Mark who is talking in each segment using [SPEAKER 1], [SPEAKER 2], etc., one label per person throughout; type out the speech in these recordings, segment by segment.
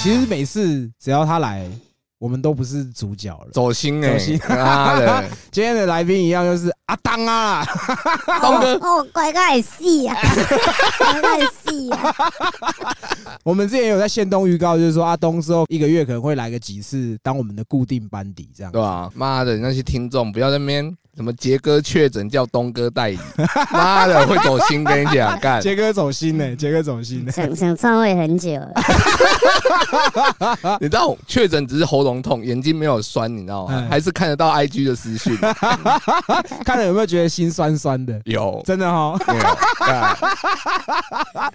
[SPEAKER 1] 其实每次只要他来，我们都不是主角了。
[SPEAKER 2] 走心哎、
[SPEAKER 1] 走心
[SPEAKER 2] 妈的，
[SPEAKER 1] 今天的来宾一样，就是阿当啊，
[SPEAKER 2] 东哥
[SPEAKER 3] 哦，乖乖的戏啊，乖乖的戏啊，
[SPEAKER 1] 我们之前有在县东预告，就是说阿东之后一个月可能会来个几次，当我们的固定班底这样。
[SPEAKER 2] 对吧、妈的，那些听众不要在那边什么杰哥确诊叫东哥 代理，妈的会走心，跟你讲干。
[SPEAKER 1] 杰哥走心呢、杰哥走心呢、欸
[SPEAKER 3] 想想篡位很久了，
[SPEAKER 2] 你知道确诊只是喉咙痛，眼睛没有酸，你知道吗
[SPEAKER 1] 嗯？
[SPEAKER 2] 还是看得到 IG 的私 讯，
[SPEAKER 1] 看了有没有觉得心酸酸的？
[SPEAKER 2] 有。
[SPEAKER 1] 真的哈，
[SPEAKER 2] 没有干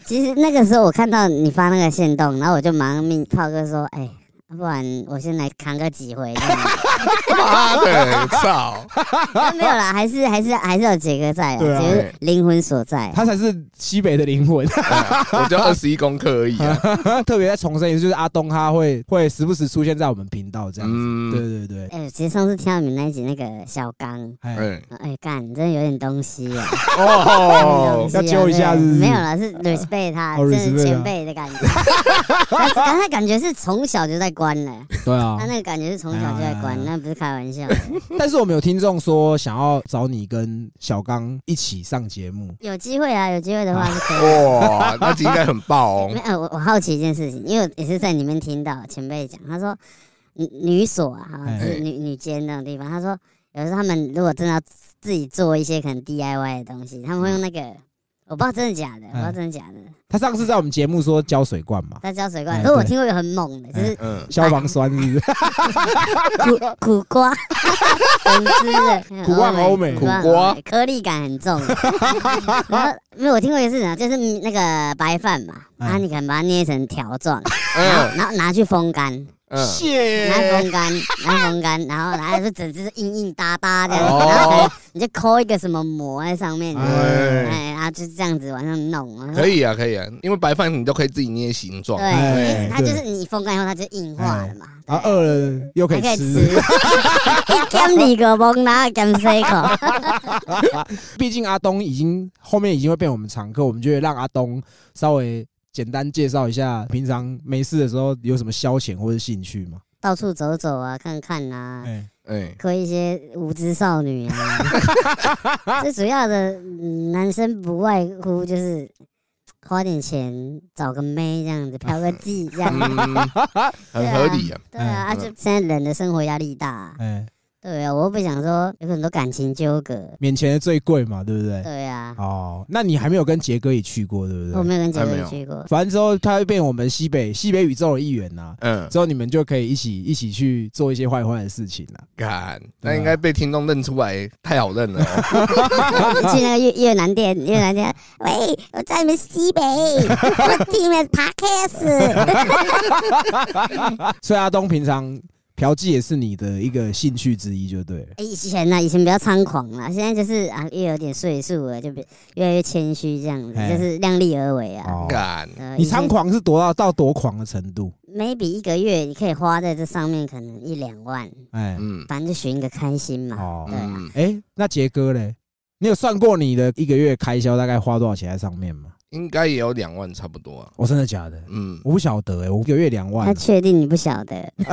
[SPEAKER 3] 其实那个时候我看到你发那个线动，然后我就忙命炮哥说，哎、不然我先来扛个几回， 这样
[SPEAKER 2] 妈的，操！
[SPEAKER 3] 没有啦，还是还是还是有杰哥在啦，
[SPEAKER 1] 对啊
[SPEAKER 3] 杰哥灵魂所在。
[SPEAKER 1] 他才是西北的灵魂。
[SPEAKER 2] 我就二十一公克而已啊。
[SPEAKER 1] 特别再重申一次，就是阿东他会会时不时出现在我们频道这样子。
[SPEAKER 2] 嗯，
[SPEAKER 1] 对对对，
[SPEAKER 3] 哎、其实上次听到你们那一集那个小刚，
[SPEAKER 1] 哎，
[SPEAKER 2] 哎，
[SPEAKER 3] 哎、干，你真的有点东西啊，
[SPEAKER 2] 哦，
[SPEAKER 1] 要揪一下
[SPEAKER 3] 子
[SPEAKER 1] 是不是
[SPEAKER 3] 没有啦，是 respect 他，
[SPEAKER 1] 哦
[SPEAKER 3] 真的
[SPEAKER 1] respect
[SPEAKER 3] 前辈的感觉。 他他感觉是从小就在关了，
[SPEAKER 1] 对啊
[SPEAKER 3] 他。那个感觉是从小就在关，那不是开玩笑。
[SPEAKER 1] 但是我们有听众说想要找你跟小刚一起上节目，
[SPEAKER 3] 有机会啊，有机会的话是可以。
[SPEAKER 2] 哇，那集应该很爆
[SPEAKER 3] 没
[SPEAKER 2] 哦。
[SPEAKER 3] 呃，我我好奇一件事情，因为我也是在里面听到前辈讲，他说女女所啊，哈就是
[SPEAKER 2] 哎
[SPEAKER 3] 女女间那种地方，他说有时候他们如果真的要自己做一些可能 DIY 的东西，他们会用那个。我不知道真的假的，我不知道真的假的。
[SPEAKER 1] 他上次在我们节目说浇水罐嘛，
[SPEAKER 3] 他浇水
[SPEAKER 1] 哎
[SPEAKER 3] 罐，可是我
[SPEAKER 1] 对
[SPEAKER 3] 听过有很猛的，就是
[SPEAKER 2] 嗯，
[SPEAKER 1] 消防栓是不是？
[SPEAKER 3] 苦 瓜，嗯很汁的
[SPEAKER 1] 苦瓜很欧美
[SPEAKER 2] 苦瓜
[SPEAKER 3] 美颗粒感很重。然后没有，我听过一次呢，啊就是那个白饭嘛，
[SPEAKER 1] 嗯
[SPEAKER 3] 啊，你可能把它捏成条状，然后
[SPEAKER 2] 嗯
[SPEAKER 3] 然后拿去风干，
[SPEAKER 2] 嗯，
[SPEAKER 1] 谢
[SPEAKER 3] 拿去风干， 拿去风干，然后拿就整只是硬硬哒哒的，然
[SPEAKER 2] 哦
[SPEAKER 3] 后可能你就抠一个什么膜在上面，
[SPEAKER 2] 哎，
[SPEAKER 3] 哎，然后就是这样子往上弄。然后
[SPEAKER 2] 可以啊，可以啊，因为白饭你都可以自己捏形状。
[SPEAKER 3] 对，因
[SPEAKER 1] 哎
[SPEAKER 3] 为它就
[SPEAKER 1] 对
[SPEAKER 3] 是你风干以后它就硬化了嘛，
[SPEAKER 1] 啊，饿了又可
[SPEAKER 3] 还
[SPEAKER 1] 以
[SPEAKER 3] 可以
[SPEAKER 1] 吃
[SPEAKER 3] 吃。。减二个崩，然后减四口。
[SPEAKER 1] 毕竟阿东已经后面已经会变我们常客，我们就会让阿东稍微简单介绍一下，平常没事的时候有什么消遣或者兴趣嘛？
[SPEAKER 3] 到处走走啊，看看啊，
[SPEAKER 1] 哎，
[SPEAKER 2] 哎，
[SPEAKER 3] 和一些无知少女啊。 最主要的，嗯男生不外乎就是花点钱找个妹这样子，嫖个妓 这 样。
[SPEAKER 2] 嗯，很合理啊。
[SPEAKER 3] 对啊，啊就现在人的生活压力大、啊，
[SPEAKER 1] 哎，
[SPEAKER 3] 对啊，我又不想说有很多感情纠葛，
[SPEAKER 1] 免钱的最贵嘛，对不对？
[SPEAKER 2] 哎
[SPEAKER 3] 对啊，
[SPEAKER 1] 哦，那你还没有跟杰哥也去过，对不对？
[SPEAKER 3] 我没有跟杰
[SPEAKER 2] 还没
[SPEAKER 3] 哥
[SPEAKER 2] 有
[SPEAKER 3] 去过，
[SPEAKER 1] 反正之后他会变我们西北西北宇宙的一员呐、
[SPEAKER 2] 嗯，
[SPEAKER 1] 之后你们就可以一起一起去做一些坏坏的事情啊啦。
[SPEAKER 2] 干，那应该被听众认出来，太好认了哦。
[SPEAKER 3] 去那个越越南店，越南店，喂，我在你们 西北，我听你们 podcast，
[SPEAKER 1] 所以阿东平常嫖妓也是你的一个兴趣之一，就对了。
[SPEAKER 3] 欸以前呢、以前比较猖狂啦，现在就是啊，越有点岁数了，就比越来越谦虚这样子，
[SPEAKER 1] 哎
[SPEAKER 3] 就是量力而为啊。
[SPEAKER 1] 哦，
[SPEAKER 2] 干，
[SPEAKER 3] 呃
[SPEAKER 1] 你猖狂是多到到多狂的程度？
[SPEAKER 3] ，maybe 一个月你可以花在这上面，可能一两万，
[SPEAKER 1] 哎，
[SPEAKER 2] 嗯
[SPEAKER 3] 反正就寻个开心嘛。
[SPEAKER 1] 哦
[SPEAKER 3] 对，啊，
[SPEAKER 2] 嗯，
[SPEAKER 1] 哎、那杰哥嘞，你有算过你的一个月开销大概花多少钱在上面吗？
[SPEAKER 2] 应该也有两万差不多啊。
[SPEAKER 1] 我、哦真的假的？
[SPEAKER 2] 嗯，
[SPEAKER 1] 我不晓得哎、我一个月两 万、
[SPEAKER 3] 他确定你不晓得，
[SPEAKER 1] 我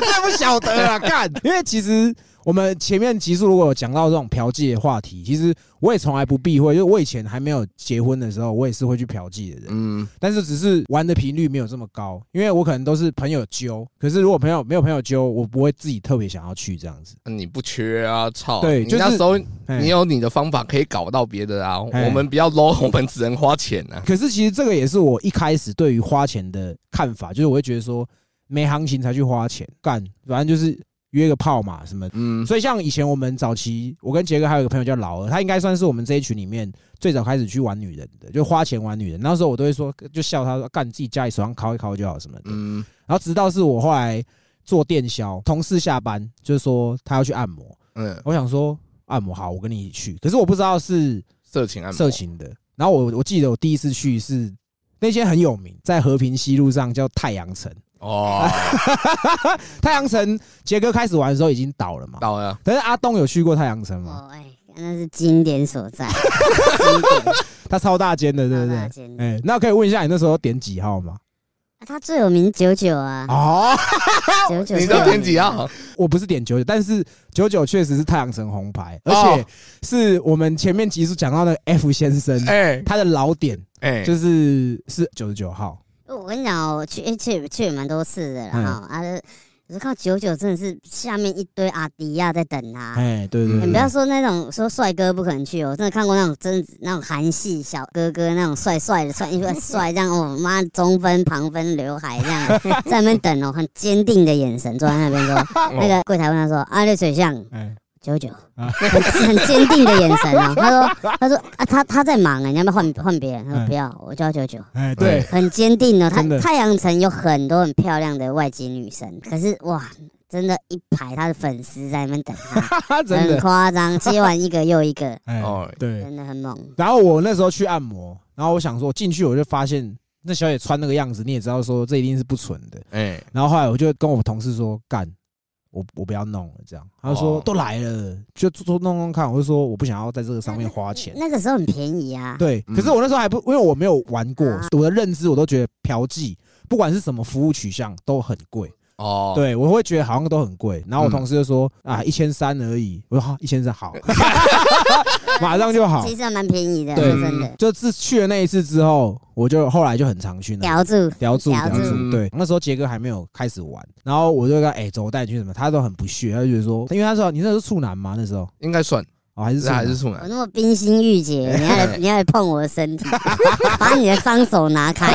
[SPEAKER 1] 真的不晓得 啦，干！因为其实我们前面集数如果有讲到这种嫖妓的话题，其实我也从来不避讳，就是我以前还没有结婚的时候，我也是会去嫖妓的人，
[SPEAKER 2] 嗯，
[SPEAKER 1] 但是只是玩的频率没有这么高，因为我可能都是朋友揪，可是如果朋友没有朋友揪，我不会自己特别想要去这样子。
[SPEAKER 2] 你不缺啊，操！
[SPEAKER 1] 对
[SPEAKER 2] 你
[SPEAKER 1] 就是
[SPEAKER 2] 那时候
[SPEAKER 1] 嘿
[SPEAKER 2] 你有你的方法可以搞到别的啊。
[SPEAKER 1] 哎
[SPEAKER 2] 我们比较 low，我们只能花钱啊。
[SPEAKER 1] 可是其实这个也是我一开始对于花钱的看法，就是我会觉得说没行情才去花钱干，反正就是约个炮嘛什么。
[SPEAKER 2] 嗯，
[SPEAKER 1] 所以像以前我们早期，我跟杰哥还有一个朋友叫老二，他应该算是我们这一群里面最早开始去玩女人的，就花钱玩女人。那时候我都会说，就笑他说干你自己家里手上敲一敲就好什么的。
[SPEAKER 2] 嗯，
[SPEAKER 1] 然后直到是我后来做电销，同事下班就是说他要去按摩，
[SPEAKER 2] 嗯，
[SPEAKER 1] 我想说按摩好，我跟你一起去。可是我不知道是
[SPEAKER 2] 色情按摩，
[SPEAKER 1] 色情的。然后我我记得我第一次去是那间很有名，在和平西路上叫太阳城。
[SPEAKER 2] 哦，
[SPEAKER 1] 太阳城杰哥开始玩的时候已经倒了嘛，
[SPEAKER 2] 到 了，
[SPEAKER 1] 但是阿东有去过太阳城吗？
[SPEAKER 3] 哦，哎、那是经典所在，
[SPEAKER 1] 他超大间的，对
[SPEAKER 3] 超
[SPEAKER 1] 不
[SPEAKER 3] 大
[SPEAKER 1] 对？
[SPEAKER 3] 间。
[SPEAKER 1] 哎，那可以问一下你那时候点几号吗？
[SPEAKER 3] 啊他最有名九九啊，
[SPEAKER 2] 嗯
[SPEAKER 1] 哦，
[SPEAKER 3] 九九
[SPEAKER 2] 你
[SPEAKER 3] 是
[SPEAKER 2] 都
[SPEAKER 3] 有
[SPEAKER 2] 点
[SPEAKER 3] 名
[SPEAKER 2] 几号？
[SPEAKER 1] 我不是点九九，但是九九确实是太阳城红牌，而
[SPEAKER 2] 哦
[SPEAKER 1] 且是我们前面集数讲到的 F 先 生，
[SPEAKER 2] 哎
[SPEAKER 1] 他的老点
[SPEAKER 2] 哎，
[SPEAKER 1] 就是是九十九号，
[SPEAKER 3] 我跟你讲哦，我去诶去去也蛮多次的啦，
[SPEAKER 1] 嗯
[SPEAKER 3] 然后啊，我是靠九九真的是下面一堆阿迪亚在等他。
[SPEAKER 1] 哎，对对
[SPEAKER 2] 嗯
[SPEAKER 1] 对，
[SPEAKER 3] 你不要说那种说帅哥不可能去哦，我真的看过那种真那种韩系小哥哥那种帅帅的穿衣服帅这样哦，妈中分旁分刘海这样在那边等哦，很坚定的眼神坐在那 边说，那个柜台问他说啊，那水象
[SPEAKER 1] 哎，
[SPEAKER 3] 九九，
[SPEAKER 1] 啊
[SPEAKER 3] 很很坚定的眼神哦，他说他说啊他他在忙啊，你要不要换换别人？他说
[SPEAKER 1] 嗯
[SPEAKER 3] 不要，我叫九九。
[SPEAKER 1] 哎，对，
[SPEAKER 3] 很坚定哦。太
[SPEAKER 1] 真的
[SPEAKER 3] 太阳城有很多很漂亮的外籍女生，可是哇，真的，一排她的粉丝在那边等她，
[SPEAKER 1] 他 真
[SPEAKER 3] 很
[SPEAKER 1] 的，
[SPEAKER 3] 夸张，接完一个又一个，
[SPEAKER 1] 哎
[SPEAKER 2] 哎哦，
[SPEAKER 1] 对。
[SPEAKER 3] 真的很猛。
[SPEAKER 1] 然后我那时候去按摩，然后我想说进去我就发现那小姐穿那个样子，你也知道说这一定是不纯的。
[SPEAKER 2] 哎，
[SPEAKER 1] 然后后来我就跟我同事说干。我我不要弄了，这样。他就说、
[SPEAKER 2] 哦
[SPEAKER 1] 都来了，就做做弄弄看。我就说我不想要在这个上面花钱。
[SPEAKER 3] 那个时候很便宜啊，
[SPEAKER 1] 对，
[SPEAKER 2] 嗯
[SPEAKER 1] 可是我那时候还不，因为我没有玩过
[SPEAKER 3] 啊，
[SPEAKER 1] 我的认知我都觉得嫖妓不管是什么服务取向都很贵，
[SPEAKER 2] 哦，
[SPEAKER 1] 对我会觉得好像都很贵。然后我
[SPEAKER 2] 嗯
[SPEAKER 1] 同事就说啊，一千三而已，我说好，一千三好， 马上就好
[SPEAKER 3] 其。实还蛮便宜的，
[SPEAKER 1] 对嗯
[SPEAKER 3] 说真的。
[SPEAKER 1] 就自去了那一次之后，我就后来就很常去那
[SPEAKER 3] 屌住，
[SPEAKER 1] 聊住
[SPEAKER 3] 聊
[SPEAKER 1] 聊
[SPEAKER 3] 住
[SPEAKER 1] 住，对，那时候杰哥还没有开始玩，然后我就跟他哎、走，我带你去什么，他都很不屑，他就觉得说，因为他说你那时候是处男吗？那时候
[SPEAKER 2] 应该算，
[SPEAKER 1] 哦还是处
[SPEAKER 2] 这还是
[SPEAKER 1] 男
[SPEAKER 2] 处
[SPEAKER 3] 我
[SPEAKER 2] 男。
[SPEAKER 3] 那么冰心玉洁，你要来，你要来碰我的身体， 把你的脏手 拿开，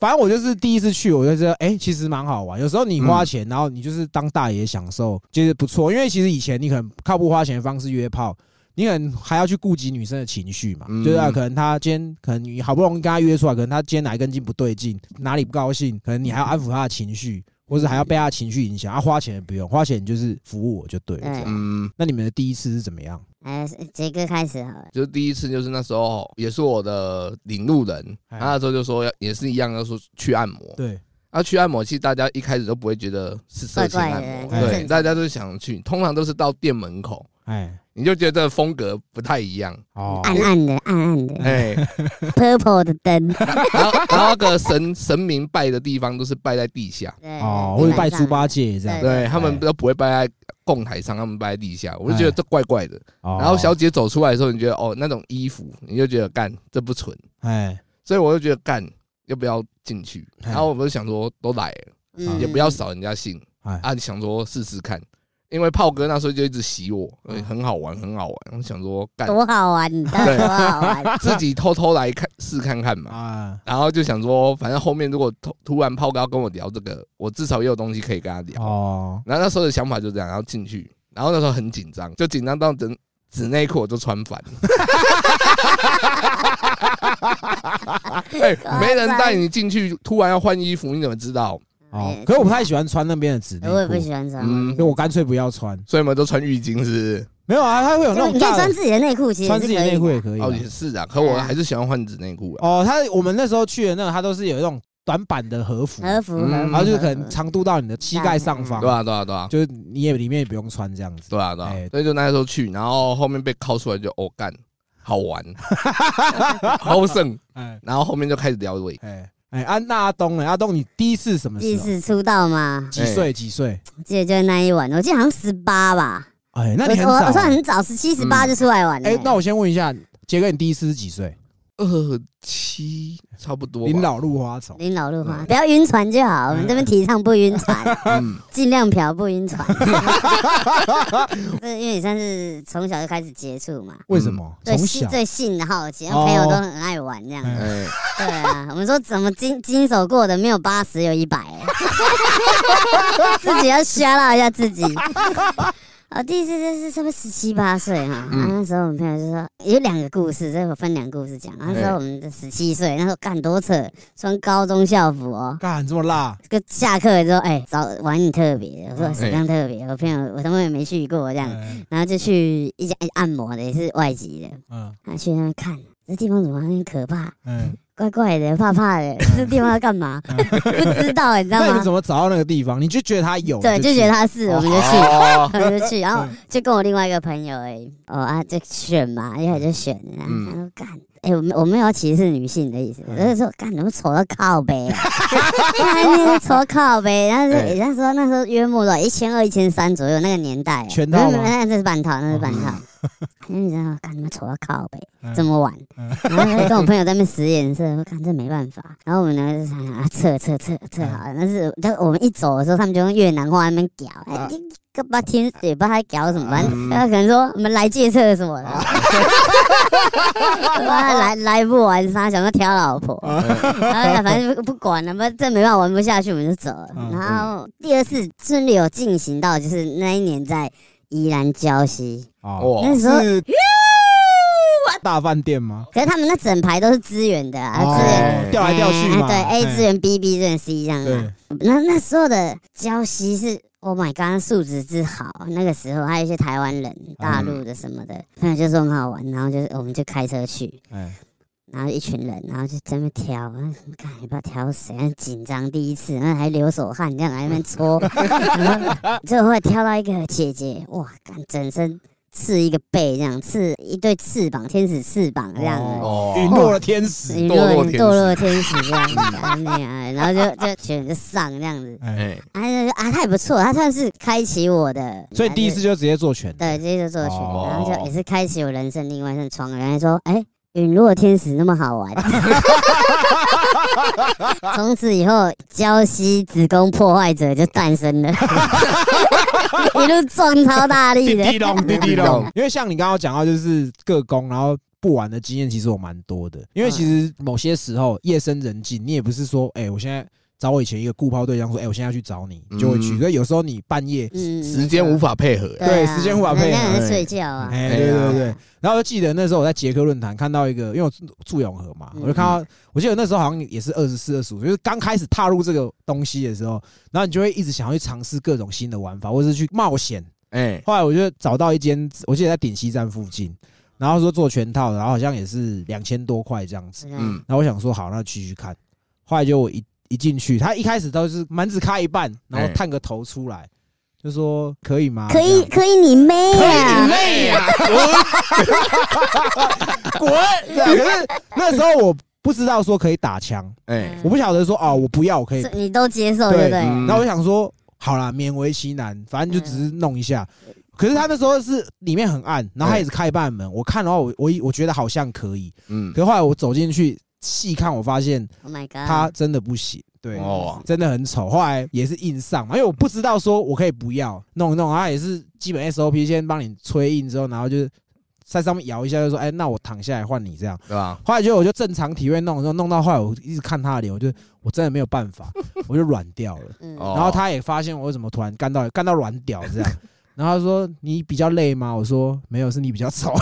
[SPEAKER 1] 反正我就是第一次去，我就觉得哎、其实蛮好玩。有时候你
[SPEAKER 2] 嗯
[SPEAKER 1] 花钱，然后你就是当大爷享受，其实不错。因为其实以前你可能靠不花钱的方式约炮，你可能还要去顾及女生的情绪嘛，
[SPEAKER 2] 嗯
[SPEAKER 1] 就是、啊、可能她今天可能你好不容易跟她约出来，可能她今天哪一根筋不对劲，哪里不高兴，可能你还要安抚她的情绪，或是还要被她的情绪影响。啊，花钱也不用，花钱就是服务我就对了。
[SPEAKER 3] 对
[SPEAKER 1] 这样
[SPEAKER 2] 嗯，
[SPEAKER 1] 那你们的第一次是怎么样？
[SPEAKER 3] 哎，杰哥开始好了，
[SPEAKER 2] 就是第一次，就是那时候也是我的领路人，
[SPEAKER 1] 哎
[SPEAKER 2] 他那时候就说要也是一样，要说去按摩。
[SPEAKER 1] 对，
[SPEAKER 2] 啊，去按摩其实大家一开始都不会觉得是色情按摩，
[SPEAKER 1] 怪怪的
[SPEAKER 2] 对，大家都想去，通常都是到店门口，
[SPEAKER 1] 哎，
[SPEAKER 2] 你就觉得风格不太 一样，
[SPEAKER 1] 哦，
[SPEAKER 3] 暗暗的，暗暗的
[SPEAKER 2] 哎，
[SPEAKER 3] ，purple 的 灯，
[SPEAKER 2] 然后然后那个神神明拜的地方都是拜在地下，
[SPEAKER 3] 对
[SPEAKER 1] 哦，
[SPEAKER 3] 地
[SPEAKER 1] 或者拜
[SPEAKER 3] 板上
[SPEAKER 1] 猪八戒这样。
[SPEAKER 2] 对他们
[SPEAKER 1] 哎
[SPEAKER 2] 都不会拜在供台上，他们拜在地下，我就觉得这怪怪的。
[SPEAKER 1] 然
[SPEAKER 2] 然后小，姐走出来的时候，你觉得哦那种衣服，你就觉得干这不纯，
[SPEAKER 1] 哎，
[SPEAKER 2] 所以我就觉得干要不要进去？
[SPEAKER 1] 哎
[SPEAKER 2] 然后我们就想说都来了，
[SPEAKER 3] 嗯
[SPEAKER 2] 也不要扫人家兴
[SPEAKER 1] 哎，
[SPEAKER 2] 啊，想说试试看。因为炮哥那时候就一直洗我，哎很好玩，很好玩。我想说干。
[SPEAKER 3] 嗯多好玩，你知道多好玩
[SPEAKER 2] 自己偷偷来看试看看嘛，
[SPEAKER 1] 啊，
[SPEAKER 2] 然后就想说，反正后面如果突突然炮哥要跟我聊这个，我至少也有东西可以跟他聊。
[SPEAKER 1] 哦，
[SPEAKER 2] 然后那时候的想法就这样，然后进去，然后那时候很紧张，就紧张到整纸内裤我都穿反 了。哎、没人带你进去，突然要换衣服，你怎么知道？
[SPEAKER 1] 哦
[SPEAKER 3] 也，
[SPEAKER 1] 可是我不太喜欢穿那边的纸内
[SPEAKER 3] 嗯我也不
[SPEAKER 1] 裤，
[SPEAKER 3] 喜欢穿。
[SPEAKER 2] 嗯
[SPEAKER 1] 所以我干脆不要穿。
[SPEAKER 2] 所以我们都穿浴巾，是不是？
[SPEAKER 1] 没有啊，它会有那
[SPEAKER 3] 就
[SPEAKER 1] 种
[SPEAKER 3] 你可以
[SPEAKER 1] 大
[SPEAKER 3] 穿
[SPEAKER 1] 的
[SPEAKER 3] 自己的内裤，其实
[SPEAKER 1] 穿
[SPEAKER 3] 是
[SPEAKER 1] 自
[SPEAKER 3] 可
[SPEAKER 1] 己
[SPEAKER 3] 以
[SPEAKER 1] 的
[SPEAKER 3] 的。
[SPEAKER 1] 内裤也可以啊
[SPEAKER 2] 哦，。也是啊，可我还是喜欢换纸内裤啊。
[SPEAKER 1] 哦，它我们那时候去的那个，它都是有那种短版的和服，
[SPEAKER 3] 和服，嗯
[SPEAKER 2] 嗯
[SPEAKER 3] 和
[SPEAKER 1] 然
[SPEAKER 3] 服
[SPEAKER 1] 后就是
[SPEAKER 3] 和服
[SPEAKER 1] 可能长度到你的膝盖上方
[SPEAKER 2] 对，啊，对啊，对啊，
[SPEAKER 1] 就是你也里面也不用穿这样子。
[SPEAKER 2] 对啊，对啊
[SPEAKER 1] 哎。
[SPEAKER 2] 所以就那时候去，然后后面被铐出来就哦干，好玩， 好胜。
[SPEAKER 1] 哎
[SPEAKER 2] 然后后面就开始聊尾，
[SPEAKER 1] 哎哎，安娜阿东呢？阿东，你第一次什么
[SPEAKER 3] 第
[SPEAKER 1] 时
[SPEAKER 3] 一
[SPEAKER 1] 候？
[SPEAKER 3] 次出道嘛，
[SPEAKER 1] 几岁？几岁？
[SPEAKER 3] 我记得就是那一晚，我记得好像十八吧。
[SPEAKER 1] 哎，那
[SPEAKER 3] 我
[SPEAKER 1] 你很
[SPEAKER 3] 我我
[SPEAKER 1] 早
[SPEAKER 3] 算。很早，十七十八
[SPEAKER 2] 嗯
[SPEAKER 3] 就出来玩了。
[SPEAKER 1] 哎，那我先问一下，杰哥，你第一次是几岁？
[SPEAKER 2] 二七差不多吧。
[SPEAKER 1] 临老入花丛。
[SPEAKER 3] 领老路
[SPEAKER 1] 嗯
[SPEAKER 3] 花，不要晕船就好。我们这边提倡不 晕船，
[SPEAKER 2] 嗯，
[SPEAKER 3] 尽量嫖不晕船。这因为你算是从小就开始接触嘛，
[SPEAKER 1] 为什么？
[SPEAKER 3] 嗯对
[SPEAKER 1] 从
[SPEAKER 3] 性
[SPEAKER 1] 小
[SPEAKER 3] 对性的好奇，然
[SPEAKER 1] 哦
[SPEAKER 3] 后朋友都很爱玩这样。
[SPEAKER 1] 嗯
[SPEAKER 2] 哎，
[SPEAKER 3] 对啊，我们说怎么经经手过的没有八十有一百， 自己要吓到一下自己。我第一次就是差不多十七八岁哈，啊
[SPEAKER 2] 嗯
[SPEAKER 3] 那时候我们朋友就说有两个故事，所以我分两个故事讲。啊那时候我们十七岁，那时候干多扯，穿高中校服哦。
[SPEAKER 1] 干这么辣？
[SPEAKER 3] 这个下课之后，哎、找玩你特别的，我说
[SPEAKER 1] 嗯
[SPEAKER 3] 什么样特别？我朋友我他们也没去过这样，
[SPEAKER 1] 哎
[SPEAKER 3] 然后就去一家按摩的，也是外籍的，
[SPEAKER 1] 嗯
[SPEAKER 3] 他去那边看，这地方怎么很可怕？
[SPEAKER 1] 嗯，
[SPEAKER 3] 怪怪的，怕怕的，这地方要干嘛？不知道，你知道
[SPEAKER 1] 那你们
[SPEAKER 3] 吗
[SPEAKER 1] 怎？么找到那个地方？你就觉得他 有？
[SPEAKER 3] 对，就觉得他是，我 们就去，
[SPEAKER 2] 哦，
[SPEAKER 3] 我们就去，然后就跟我另外一个朋友而已，哦啊，就选嘛，一会儿就选，然后
[SPEAKER 2] 嗯
[SPEAKER 3] 他说干，哎、我没我没有要歧视女性的意思，我是说，干怎么丑到靠背、啊，干那边丑到靠背，然后
[SPEAKER 2] 哎
[SPEAKER 3] 是那时候那时候约莫多少一千二一千三左右那个年代啊，
[SPEAKER 1] 全套吗
[SPEAKER 3] 没有没有那那是半套，那是半套。那你知道，干你们丑到靠背，这么晚，然后就跟我朋友在那边使眼色，说干这没办法。然后我们两个就想想啊，测测测测好了，但是但我们一走的时候，他们就用越南话在那边屌，哎
[SPEAKER 1] 啊
[SPEAKER 3] 你你个不知道听也不知道他在屌什么，反
[SPEAKER 2] 嗯
[SPEAKER 3] 正他可能说我们来借厕所了。妈来来不完，他想要挑老婆， 然 后反正不不管了，不这没办法玩不下去，我们就走了
[SPEAKER 1] 嗯。
[SPEAKER 3] 然后第二次顺利有进行到，就是那一年在宜兰礁溪，
[SPEAKER 1] 哦，
[SPEAKER 2] 哇
[SPEAKER 3] 那时候
[SPEAKER 1] 是大饭店吗？
[SPEAKER 3] 可是他们那整排都是资源的啊，
[SPEAKER 1] 哦
[SPEAKER 3] 资源。
[SPEAKER 2] 对
[SPEAKER 1] 调来调去嘛，
[SPEAKER 3] 对
[SPEAKER 1] 哎
[SPEAKER 3] ，A 资源、B、B 资源、C 这样
[SPEAKER 1] 对
[SPEAKER 3] 啊。那那时候的礁溪是，Oh my god，素质之好。那个时候还有一些台湾人、大陆的什么
[SPEAKER 1] 嗯
[SPEAKER 3] 的，朋友就说很好玩，然后就是我们就开车去，
[SPEAKER 1] 哎，
[SPEAKER 3] 然后一群人，然后就在那边挑，嗯看也不知道挑谁，很紧张第一次，然后还流手汗，这样还在那边搓，然后 最后会挑到一个姐姐，哇，干整身刺一个背这样，刺一对翅膀，天使翅膀这样子。
[SPEAKER 2] 哦
[SPEAKER 1] 陨落了天使，
[SPEAKER 3] 一
[SPEAKER 2] 堕
[SPEAKER 3] 个
[SPEAKER 2] 落天使
[SPEAKER 3] 堕落天使这样子，干你啊然后就就选就上这样子，
[SPEAKER 1] 哎，
[SPEAKER 2] 哎，
[SPEAKER 3] 啊就啊他也不错，他算是开启我的，
[SPEAKER 1] 所以第一次就直接做全，
[SPEAKER 3] 对，这就做全，
[SPEAKER 1] 哦
[SPEAKER 3] 然后就也是开启我人生另外一扇窗。原来说，哎、陨落天使那么好玩， 从此以后，胶西子宫破坏者就诞生了， 一路撞超大力
[SPEAKER 1] 滴
[SPEAKER 3] 的。
[SPEAKER 1] 滴咚，滴滴
[SPEAKER 2] 滴
[SPEAKER 1] 咚
[SPEAKER 2] 咚。
[SPEAKER 1] 因为像你刚刚讲到，就是各工，然后不玩的经验其实我蛮多的。因为其实某些时候夜深人静，你也不是说，哎，我现在找我以前一个顾抛对象说，哎，我现在要去找你，就会去。
[SPEAKER 2] 嗯
[SPEAKER 1] 可是有时候你半夜，
[SPEAKER 3] 嗯
[SPEAKER 2] 时间无法配合，
[SPEAKER 1] 对时间无法配合
[SPEAKER 3] 那那人在睡觉啊。
[SPEAKER 1] 哎，对对对
[SPEAKER 3] 啊。，
[SPEAKER 1] 然后就记得那时候我在捷克论坛看到一个，因为我住住永和嘛，
[SPEAKER 3] 嗯
[SPEAKER 1] 我就看到，我记得那时候好像也是二十四、二十五，就是刚开始踏入这个东西的时候，然后你就会一直想要去尝试各种新的玩法，或是去冒险。
[SPEAKER 2] 哎，
[SPEAKER 1] 后来我就找到一间，我记得在顶溪站附近，然后说做全套的，然后好像也是两千多块这样子。
[SPEAKER 3] 嗯，
[SPEAKER 2] 嗯，
[SPEAKER 1] 然后我想说好，那去去看。后来就我一一进去，他一开始都是门只开一半，然后
[SPEAKER 2] 哎
[SPEAKER 1] 探个头出来，就说可以吗？
[SPEAKER 3] 可以
[SPEAKER 1] 这样
[SPEAKER 3] 可以，你妹啊！
[SPEAKER 2] 累呀，
[SPEAKER 1] 滚！对啊，可是那时候我不知道说可以打枪，
[SPEAKER 2] 哎，
[SPEAKER 1] 我不晓得说哦，我不要，我可以
[SPEAKER 3] 是。你都接受对不对？
[SPEAKER 2] 嗯
[SPEAKER 1] 然后我想说，好啦，勉为其难，反正就只是弄一下。可是他那时候是里面很暗，然后他也是开一半门，我看的话，我我我觉得好像可以，
[SPEAKER 2] 嗯，
[SPEAKER 1] 可后来我走进去细看，我发现
[SPEAKER 3] Oh my god！
[SPEAKER 1] 它真的不行，对，
[SPEAKER 2] 哦，
[SPEAKER 1] 真的很丑。后来也是硬上嘛，因为我不知道说我可以不要弄一弄，它也是基本 SOP 先帮你吹硬之后，然后就是在上面摇一下，就说哎、那我躺下来换你这样。
[SPEAKER 2] 对吧？
[SPEAKER 1] 后来就我就正常体位弄的时候，弄到后来我一直看他的脸，我就我真的没有办 法，我就软掉了。
[SPEAKER 3] 嗯
[SPEAKER 2] 哦
[SPEAKER 1] 然后他也发现我为什么突然干到干到软屌这样，然后他说你比较累吗？我说没有，是你比较 丑。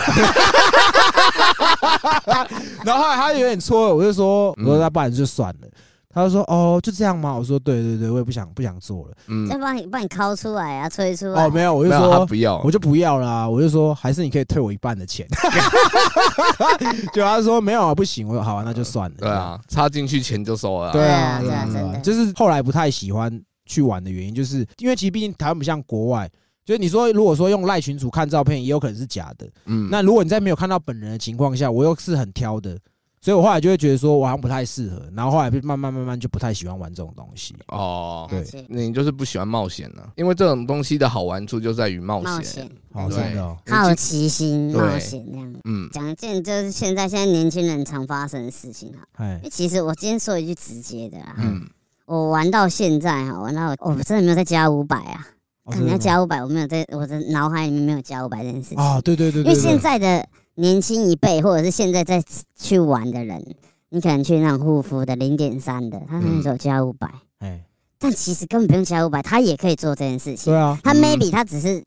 [SPEAKER 1] 然后后来他有点错愕，我就说我说
[SPEAKER 2] 嗯
[SPEAKER 1] 那不然就算了。他就说哦就这样吗？我说对对对，我也不想不想做了。
[SPEAKER 2] 嗯，
[SPEAKER 3] 要帮你帮你抠出来啊，吹出来。
[SPEAKER 1] 哦没有，我就
[SPEAKER 2] 没有他
[SPEAKER 1] 说
[SPEAKER 2] 不要
[SPEAKER 1] 我，就不要啦、我就说还是你可以退我一半的钱。 就他说没有啊不行，我说好啊那就算了。
[SPEAKER 2] 对啊，插进去钱就收了啊，
[SPEAKER 1] 对啊，
[SPEAKER 3] 对啊
[SPEAKER 1] 对
[SPEAKER 3] 真的
[SPEAKER 1] 就是后来不太喜欢去玩的原因，就是因为其实毕竟台湾不像国外，就是你说如果说用赖群主看照片，也有可能是假的。
[SPEAKER 2] 嗯，
[SPEAKER 1] 那如果你在没有看到本人的情况下，我又是很挑的，所以我后来就会觉得说我好像不太适合，然后后来就慢慢慢慢就不太喜欢玩这种东西。
[SPEAKER 2] 哦，
[SPEAKER 1] 对
[SPEAKER 3] 了解
[SPEAKER 2] 你就是不喜欢冒险呢，因为这种东西的好玩处就在于冒
[SPEAKER 3] 冒
[SPEAKER 2] 险
[SPEAKER 3] 险，，
[SPEAKER 1] 哦，
[SPEAKER 3] 对
[SPEAKER 1] 真的哦，
[SPEAKER 3] 好奇心
[SPEAKER 2] 对
[SPEAKER 3] 冒险那样。
[SPEAKER 2] 嗯，
[SPEAKER 3] 讲一件就是现在现在年轻人常发生的事情哈，
[SPEAKER 1] 哎
[SPEAKER 3] 因为，其实我今天说一句直接的啦，
[SPEAKER 2] 嗯，
[SPEAKER 3] 我玩到现在哈，玩到我我真的没有再加五百啊，
[SPEAKER 1] 哦
[SPEAKER 3] 可能要加五百，我没有在我的脑海里面没有加五百这件事情，
[SPEAKER 1] 啊，对对对
[SPEAKER 3] 因
[SPEAKER 1] 对，
[SPEAKER 3] 为
[SPEAKER 1] 对
[SPEAKER 3] 现在的年轻一辈或者是现在在去玩的人，你可能去那种护肤的零点三的，他可
[SPEAKER 1] 嗯
[SPEAKER 3] 能只有加五百，
[SPEAKER 1] 哎，
[SPEAKER 3] 但其实根本不用加五百，他也可以做这件事情
[SPEAKER 1] 对，啊，
[SPEAKER 3] 他
[SPEAKER 2] 嗯
[SPEAKER 3] maybe 他只是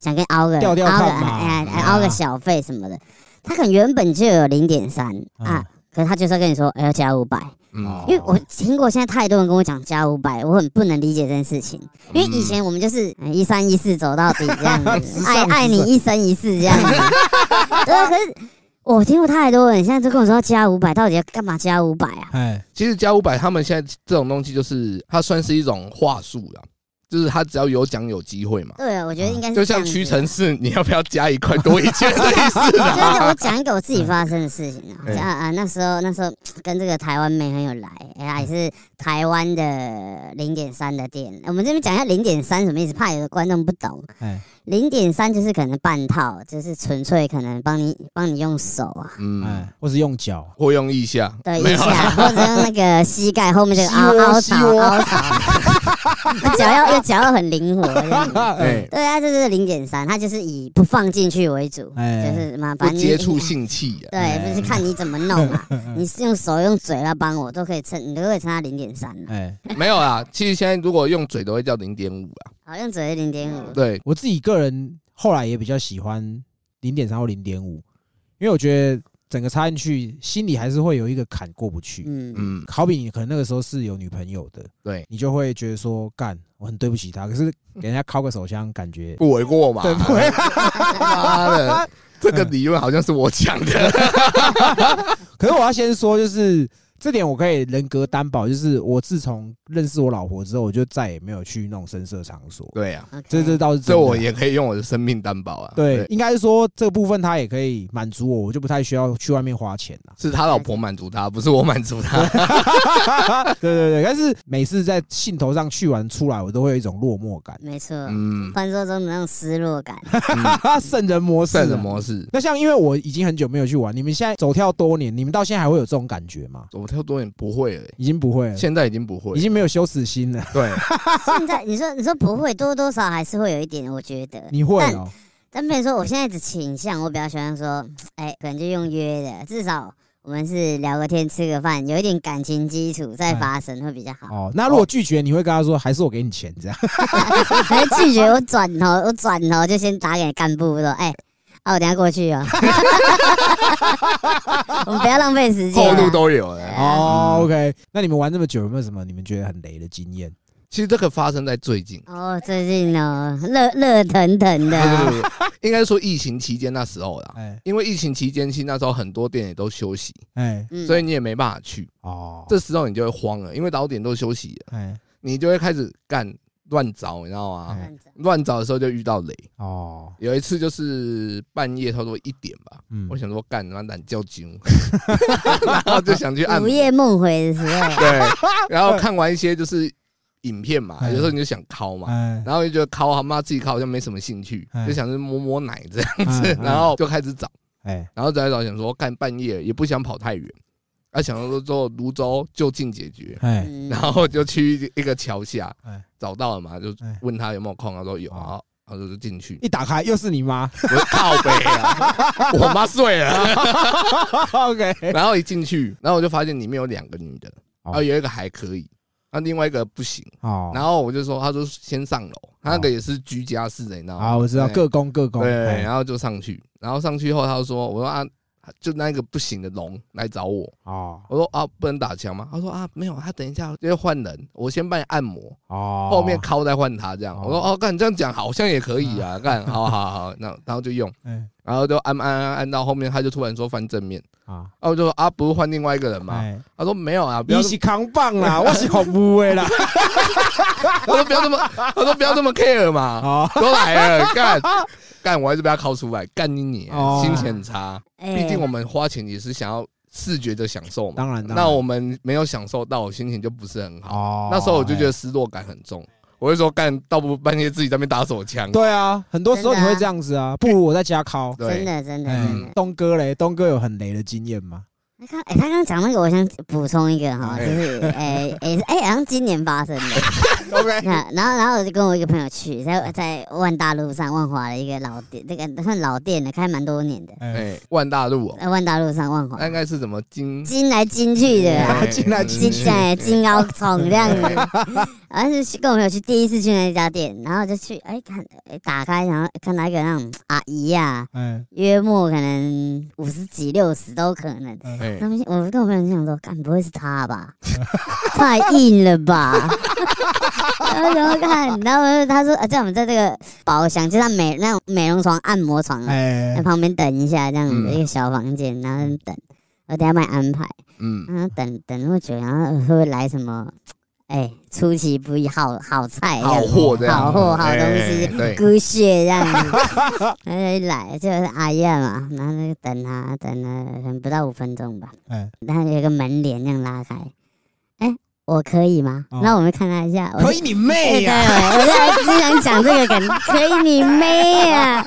[SPEAKER 3] 想跟凹个
[SPEAKER 1] 钓钓
[SPEAKER 3] 凹个
[SPEAKER 1] 看嘛
[SPEAKER 3] 哎哎
[SPEAKER 1] 嗯
[SPEAKER 2] 啊
[SPEAKER 3] 哎凹个小费什么的，他可能原本就有零点三啊。可是他就是要跟你说，哎，要加五百，
[SPEAKER 2] 嗯，
[SPEAKER 3] 因为我听过现在太多人跟我讲加五百，我很不能理解这件事情。因为
[SPEAKER 2] 嗯
[SPEAKER 3] 以前我们就是哎一三一四走到底这 样
[SPEAKER 1] 直
[SPEAKER 3] 子，
[SPEAKER 1] 上
[SPEAKER 3] 爱
[SPEAKER 1] 直
[SPEAKER 3] 爱
[SPEAKER 1] 上
[SPEAKER 3] 你一生一世这样子。对啊，可是我听过太多人现在就跟我说要加五百，到底要干嘛加五百啊？
[SPEAKER 1] 哎，
[SPEAKER 2] 其实加五百，他们现在这种东西就是它算是一种话术啦，就是他只要有奖有机会嘛。
[SPEAKER 3] 对啊，我觉得应该是
[SPEAKER 2] 就
[SPEAKER 3] 这
[SPEAKER 2] 像
[SPEAKER 3] 样子
[SPEAKER 2] 屈臣氏，你要不要加一块多一 件的意思
[SPEAKER 3] 就是我
[SPEAKER 2] 啊？
[SPEAKER 3] 讲一个我自己发生的事情啊，
[SPEAKER 2] 嗯
[SPEAKER 3] 啊啊，那时候那时候跟这个台湾妹很有来，哎、她也是台湾的零点三的店。我们这边讲一下零点三什么意思，怕有的观众不懂。
[SPEAKER 1] 哎，
[SPEAKER 3] 零点三就是可能半套，就是纯粹可能帮你帮你用手啊，
[SPEAKER 2] 嗯，
[SPEAKER 1] 哎，或是用脚，
[SPEAKER 2] 或用腋下，
[SPEAKER 3] 对
[SPEAKER 2] 没
[SPEAKER 3] 一
[SPEAKER 2] 有啦
[SPEAKER 3] 下，或者用那个膝盖后面这个
[SPEAKER 1] 膝
[SPEAKER 3] 凹
[SPEAKER 1] 窝
[SPEAKER 3] 凹
[SPEAKER 1] 膝
[SPEAKER 3] 槽
[SPEAKER 1] 窝
[SPEAKER 3] 凹槽， 那脚要要脚要很灵活 这样子。
[SPEAKER 2] 哎，
[SPEAKER 3] 对啊，这就是零点三，它就是以不放进去为主，
[SPEAKER 1] 哎
[SPEAKER 3] 就是嘛，
[SPEAKER 2] 嗯不
[SPEAKER 3] 反正
[SPEAKER 2] 接
[SPEAKER 3] 你
[SPEAKER 2] 触性器啊。
[SPEAKER 1] 哎
[SPEAKER 3] 对，就是看你怎么弄 啊。
[SPEAKER 1] 嗯
[SPEAKER 3] 你是用手用嘴来帮我，都可以称，你都可以称它零点三了。
[SPEAKER 1] 哎，
[SPEAKER 2] 没有啦，其实现在如果用嘴都会叫零点五啊。
[SPEAKER 3] 好，用嘴零点五。
[SPEAKER 2] 对，
[SPEAKER 1] 我自己个人后来也比较喜欢零点三或零点五，因为我觉得整个插进去，心里还是会有一个坎过不去。
[SPEAKER 3] 嗯，
[SPEAKER 2] 嗯，
[SPEAKER 1] 好比你可能那个时候是有女朋友的，
[SPEAKER 2] 对，
[SPEAKER 1] 你就会觉得说干，我很对不起她，可是给人家敲个手枪，感觉
[SPEAKER 2] 不为过嘛。
[SPEAKER 1] 对不会？
[SPEAKER 2] 妈 的，这个理论好像是我讲的。
[SPEAKER 1] 可是我要先说，就是这点我可以人格担保，就是我自从认识我老婆之后，我就再也没有去那种声色场所。
[SPEAKER 2] 对啊，
[SPEAKER 3] OK
[SPEAKER 1] 嗯这这倒是真的
[SPEAKER 2] 这我也可以用我的生命担保啊。。
[SPEAKER 1] 对，，应该是说这个部分他也可以满足我，我就不太需要去外面花钱啦
[SPEAKER 2] 是他老婆满足他，不是我满足他。
[SPEAKER 1] 对 对对，但是每次在兴头上去完出来，我都会有一种落寞 感，
[SPEAKER 3] 没错，
[SPEAKER 2] 嗯，
[SPEAKER 3] 传说中的那种失 落感。
[SPEAKER 1] 哈哈，圣人模式啊。
[SPEAKER 2] 圣人模式，
[SPEAKER 1] 那像因为我已经很久没有去玩，你们现在走跳多年，你们到现在还会有这种感觉吗？
[SPEAKER 2] 我跳多点不会了欸，
[SPEAKER 1] 已经不会了，
[SPEAKER 2] 现在已经不会
[SPEAKER 1] 嗯已
[SPEAKER 2] 了，
[SPEAKER 1] 经没有羞耻心了。
[SPEAKER 2] 对，
[SPEAKER 3] 现在你说你说不会，多多少还是会有一点，我觉得。
[SPEAKER 1] 你会哦、
[SPEAKER 3] 但比如说，我现在的倾向，我比较喜欢说，哎、可能就用约的，至少我们是聊个天、吃个饭，有一点感情基础
[SPEAKER 1] 嗯
[SPEAKER 3] 再发生会比较好。
[SPEAKER 1] 哦，那如果拒绝，你会跟他说还是我给你钱 这样？
[SPEAKER 3] 还是拒绝我转头，我转头就先打给干部说，哎、啊，我等一下过去哦。 我们不要浪费时间、
[SPEAKER 2] 后
[SPEAKER 3] 啊。
[SPEAKER 2] 路都有了。
[SPEAKER 1] 哦，OK，那你们玩这么久，有没有什么你们觉得很雷的经验？
[SPEAKER 2] 其实这个发生在最近，
[SPEAKER 3] 哦，最近哦，热热腾腾的、啊，
[SPEAKER 2] 对对对，应该说疫情期间那时候啦，
[SPEAKER 1] 哎
[SPEAKER 2] 因为疫情期间其实那时候很多店也都休息，
[SPEAKER 1] 哎
[SPEAKER 3] 嗯
[SPEAKER 2] 所以你也没办法去，
[SPEAKER 1] 哦，
[SPEAKER 2] 这时候你就会慌了，因为老点都休息了，
[SPEAKER 1] 哎
[SPEAKER 2] 你就会开始干乱找，你知道
[SPEAKER 3] 嗯
[SPEAKER 2] 吗？
[SPEAKER 1] 哎
[SPEAKER 2] 乱找的时候就遇到雷，
[SPEAKER 1] 哦，
[SPEAKER 2] 有一次就是半夜差不多一点吧，
[SPEAKER 1] 嗯
[SPEAKER 2] 我想说干，然后懒觉精， 然后就想去按
[SPEAKER 3] 午
[SPEAKER 2] 摩。
[SPEAKER 3] 夜梦回的时候，
[SPEAKER 2] 对，然后看完一些就是影片嘛，
[SPEAKER 1] 嗯
[SPEAKER 2] 有时候你就想敲嘛，
[SPEAKER 1] 哎
[SPEAKER 2] 然后就觉得敲他妈自己敲好像没什么兴趣
[SPEAKER 1] 嗯，
[SPEAKER 2] 就想去摸摸奶这样子
[SPEAKER 1] 嗯，嗯
[SPEAKER 2] 然后就开始找，
[SPEAKER 1] 哎
[SPEAKER 2] 然后找一找，想说干半夜也不想跑太远，啊，想说之后泸州就近解决，
[SPEAKER 1] 哎
[SPEAKER 3] 嗯
[SPEAKER 2] 然后就去一个桥下
[SPEAKER 1] 哎，
[SPEAKER 2] 找到了嘛，就
[SPEAKER 1] 哎
[SPEAKER 2] 问他有没有空，他说有，
[SPEAKER 1] 哦
[SPEAKER 2] 然后然后就进去，
[SPEAKER 1] 一打开又是你妈
[SPEAKER 2] 我说靠北啊，我妈睡了，
[SPEAKER 1] ，OK，
[SPEAKER 2] 然后一进去，然后我就发现里面有两个女的，
[SPEAKER 1] 哦
[SPEAKER 2] 然后有一个还可以，那另外一个不行。
[SPEAKER 1] 哦，
[SPEAKER 2] 然后我就说，他说先上楼，他那个也是居家式的，你知道
[SPEAKER 1] 哦
[SPEAKER 2] 吗？
[SPEAKER 1] 啊好，我知道
[SPEAKER 2] 对
[SPEAKER 1] 各攻各攻，
[SPEAKER 2] 对，
[SPEAKER 1] 哎
[SPEAKER 2] 然后就上去，然后上去后他就说，我说啊，就那个不行的龙来找我，
[SPEAKER 1] 哦
[SPEAKER 2] 我说啊，不能打枪吗？他说啊，没有，他等一下就会换人，我先帮你按摩，
[SPEAKER 1] 哦，
[SPEAKER 2] 后面敲再换他这样。
[SPEAKER 1] 哦
[SPEAKER 2] 我说哦，干这样讲好像也可以啊，干，好好好，那然后就用，
[SPEAKER 1] 哎
[SPEAKER 2] 然后就按按按按到后面，他就突然说翻正面，
[SPEAKER 1] 啊，
[SPEAKER 2] 然后我就说啊，不是换另外一个人吗？
[SPEAKER 1] 哎，
[SPEAKER 2] 他说没有啊，不要
[SPEAKER 1] 你，是扛棒 啦，我是红乌的啦，
[SPEAKER 2] 他说不要这么，他说不要这么 care 嘛。
[SPEAKER 1] 哦
[SPEAKER 2] 都来了，干干，我还是被他拷出来，干你你
[SPEAKER 1] 哦，
[SPEAKER 2] 心情很差。
[SPEAKER 3] 哎
[SPEAKER 2] 毕竟我们花钱也是想要视觉的享受嘛，
[SPEAKER 1] 当然当然
[SPEAKER 2] 那我们没有享受到，我心情就不是很好。
[SPEAKER 1] 哦，
[SPEAKER 2] 那时候我
[SPEAKER 3] 哎
[SPEAKER 2] 就觉得失落感很重，我就说干，到不半夜自己在那边打手枪
[SPEAKER 1] 哎，。对啊，很多时候你会这样子啊，不如我在家敲。
[SPEAKER 3] 真
[SPEAKER 2] 对，哎
[SPEAKER 3] 的真的真
[SPEAKER 1] 嗯
[SPEAKER 3] 的，，
[SPEAKER 1] 东哥嘞，东哥有很雷的经验吗？
[SPEAKER 3] 他刚哎，他刚刚讲那个，我想补充一个哈，
[SPEAKER 2] 哎
[SPEAKER 3] 就是哎哎哎，好像今年 发生的。
[SPEAKER 2] OK
[SPEAKER 3] 那然后然后我就跟我一个朋友去，在在万大路上万华的一个老店，这个算老店了，开蛮多年的，
[SPEAKER 1] 哎，
[SPEAKER 2] 哎，万大路哦，
[SPEAKER 3] 在万大路上万华
[SPEAKER 2] 那，应该是什么金？
[SPEAKER 3] 金来金去的嗯啊。
[SPEAKER 2] 哎
[SPEAKER 1] 进来
[SPEAKER 3] 金
[SPEAKER 1] 进去
[SPEAKER 3] 在金高宠这样子，
[SPEAKER 2] 哎
[SPEAKER 3] 然后就去跟我朋友去第一次去那家店，然后就去哎看哎打开，然后看到一个那种阿姨呀、啊，
[SPEAKER 1] 哎
[SPEAKER 3] 约莫可能五十几六十都可能。
[SPEAKER 2] 哎
[SPEAKER 3] 他们我跟我朋友就想说，干不会是他吧？太硬了吧？ 然后然后看，然后我就他说，啊，叫我们在这个包厢，就像美那种美容床、按摩床，啊
[SPEAKER 1] 哎
[SPEAKER 3] 在，旁边等一下这样子
[SPEAKER 2] 嗯
[SPEAKER 3] 一个小房间，然后等，我等下帮你安排。
[SPEAKER 2] 嗯，
[SPEAKER 3] 然后等等那么久，然后会不会来什么哎，出其不意，好好菜，
[SPEAKER 2] 好货这样
[SPEAKER 3] 哎好货，好东
[SPEAKER 2] 哎
[SPEAKER 3] 西，
[SPEAKER 2] 对，
[SPEAKER 3] 姑血这样子， 然后一来就是阿燕嘛，然后那个等他等了可能不到五分钟吧，
[SPEAKER 1] 哎，
[SPEAKER 3] 然后有一个门帘这样拉开，哎，我可以吗？
[SPEAKER 1] 哦
[SPEAKER 3] 然后我们看他一下，我
[SPEAKER 1] 可以你妹啊
[SPEAKER 3] 对对，
[SPEAKER 1] 呀！
[SPEAKER 3] 我在只想讲这个 梗，可以你妹啊！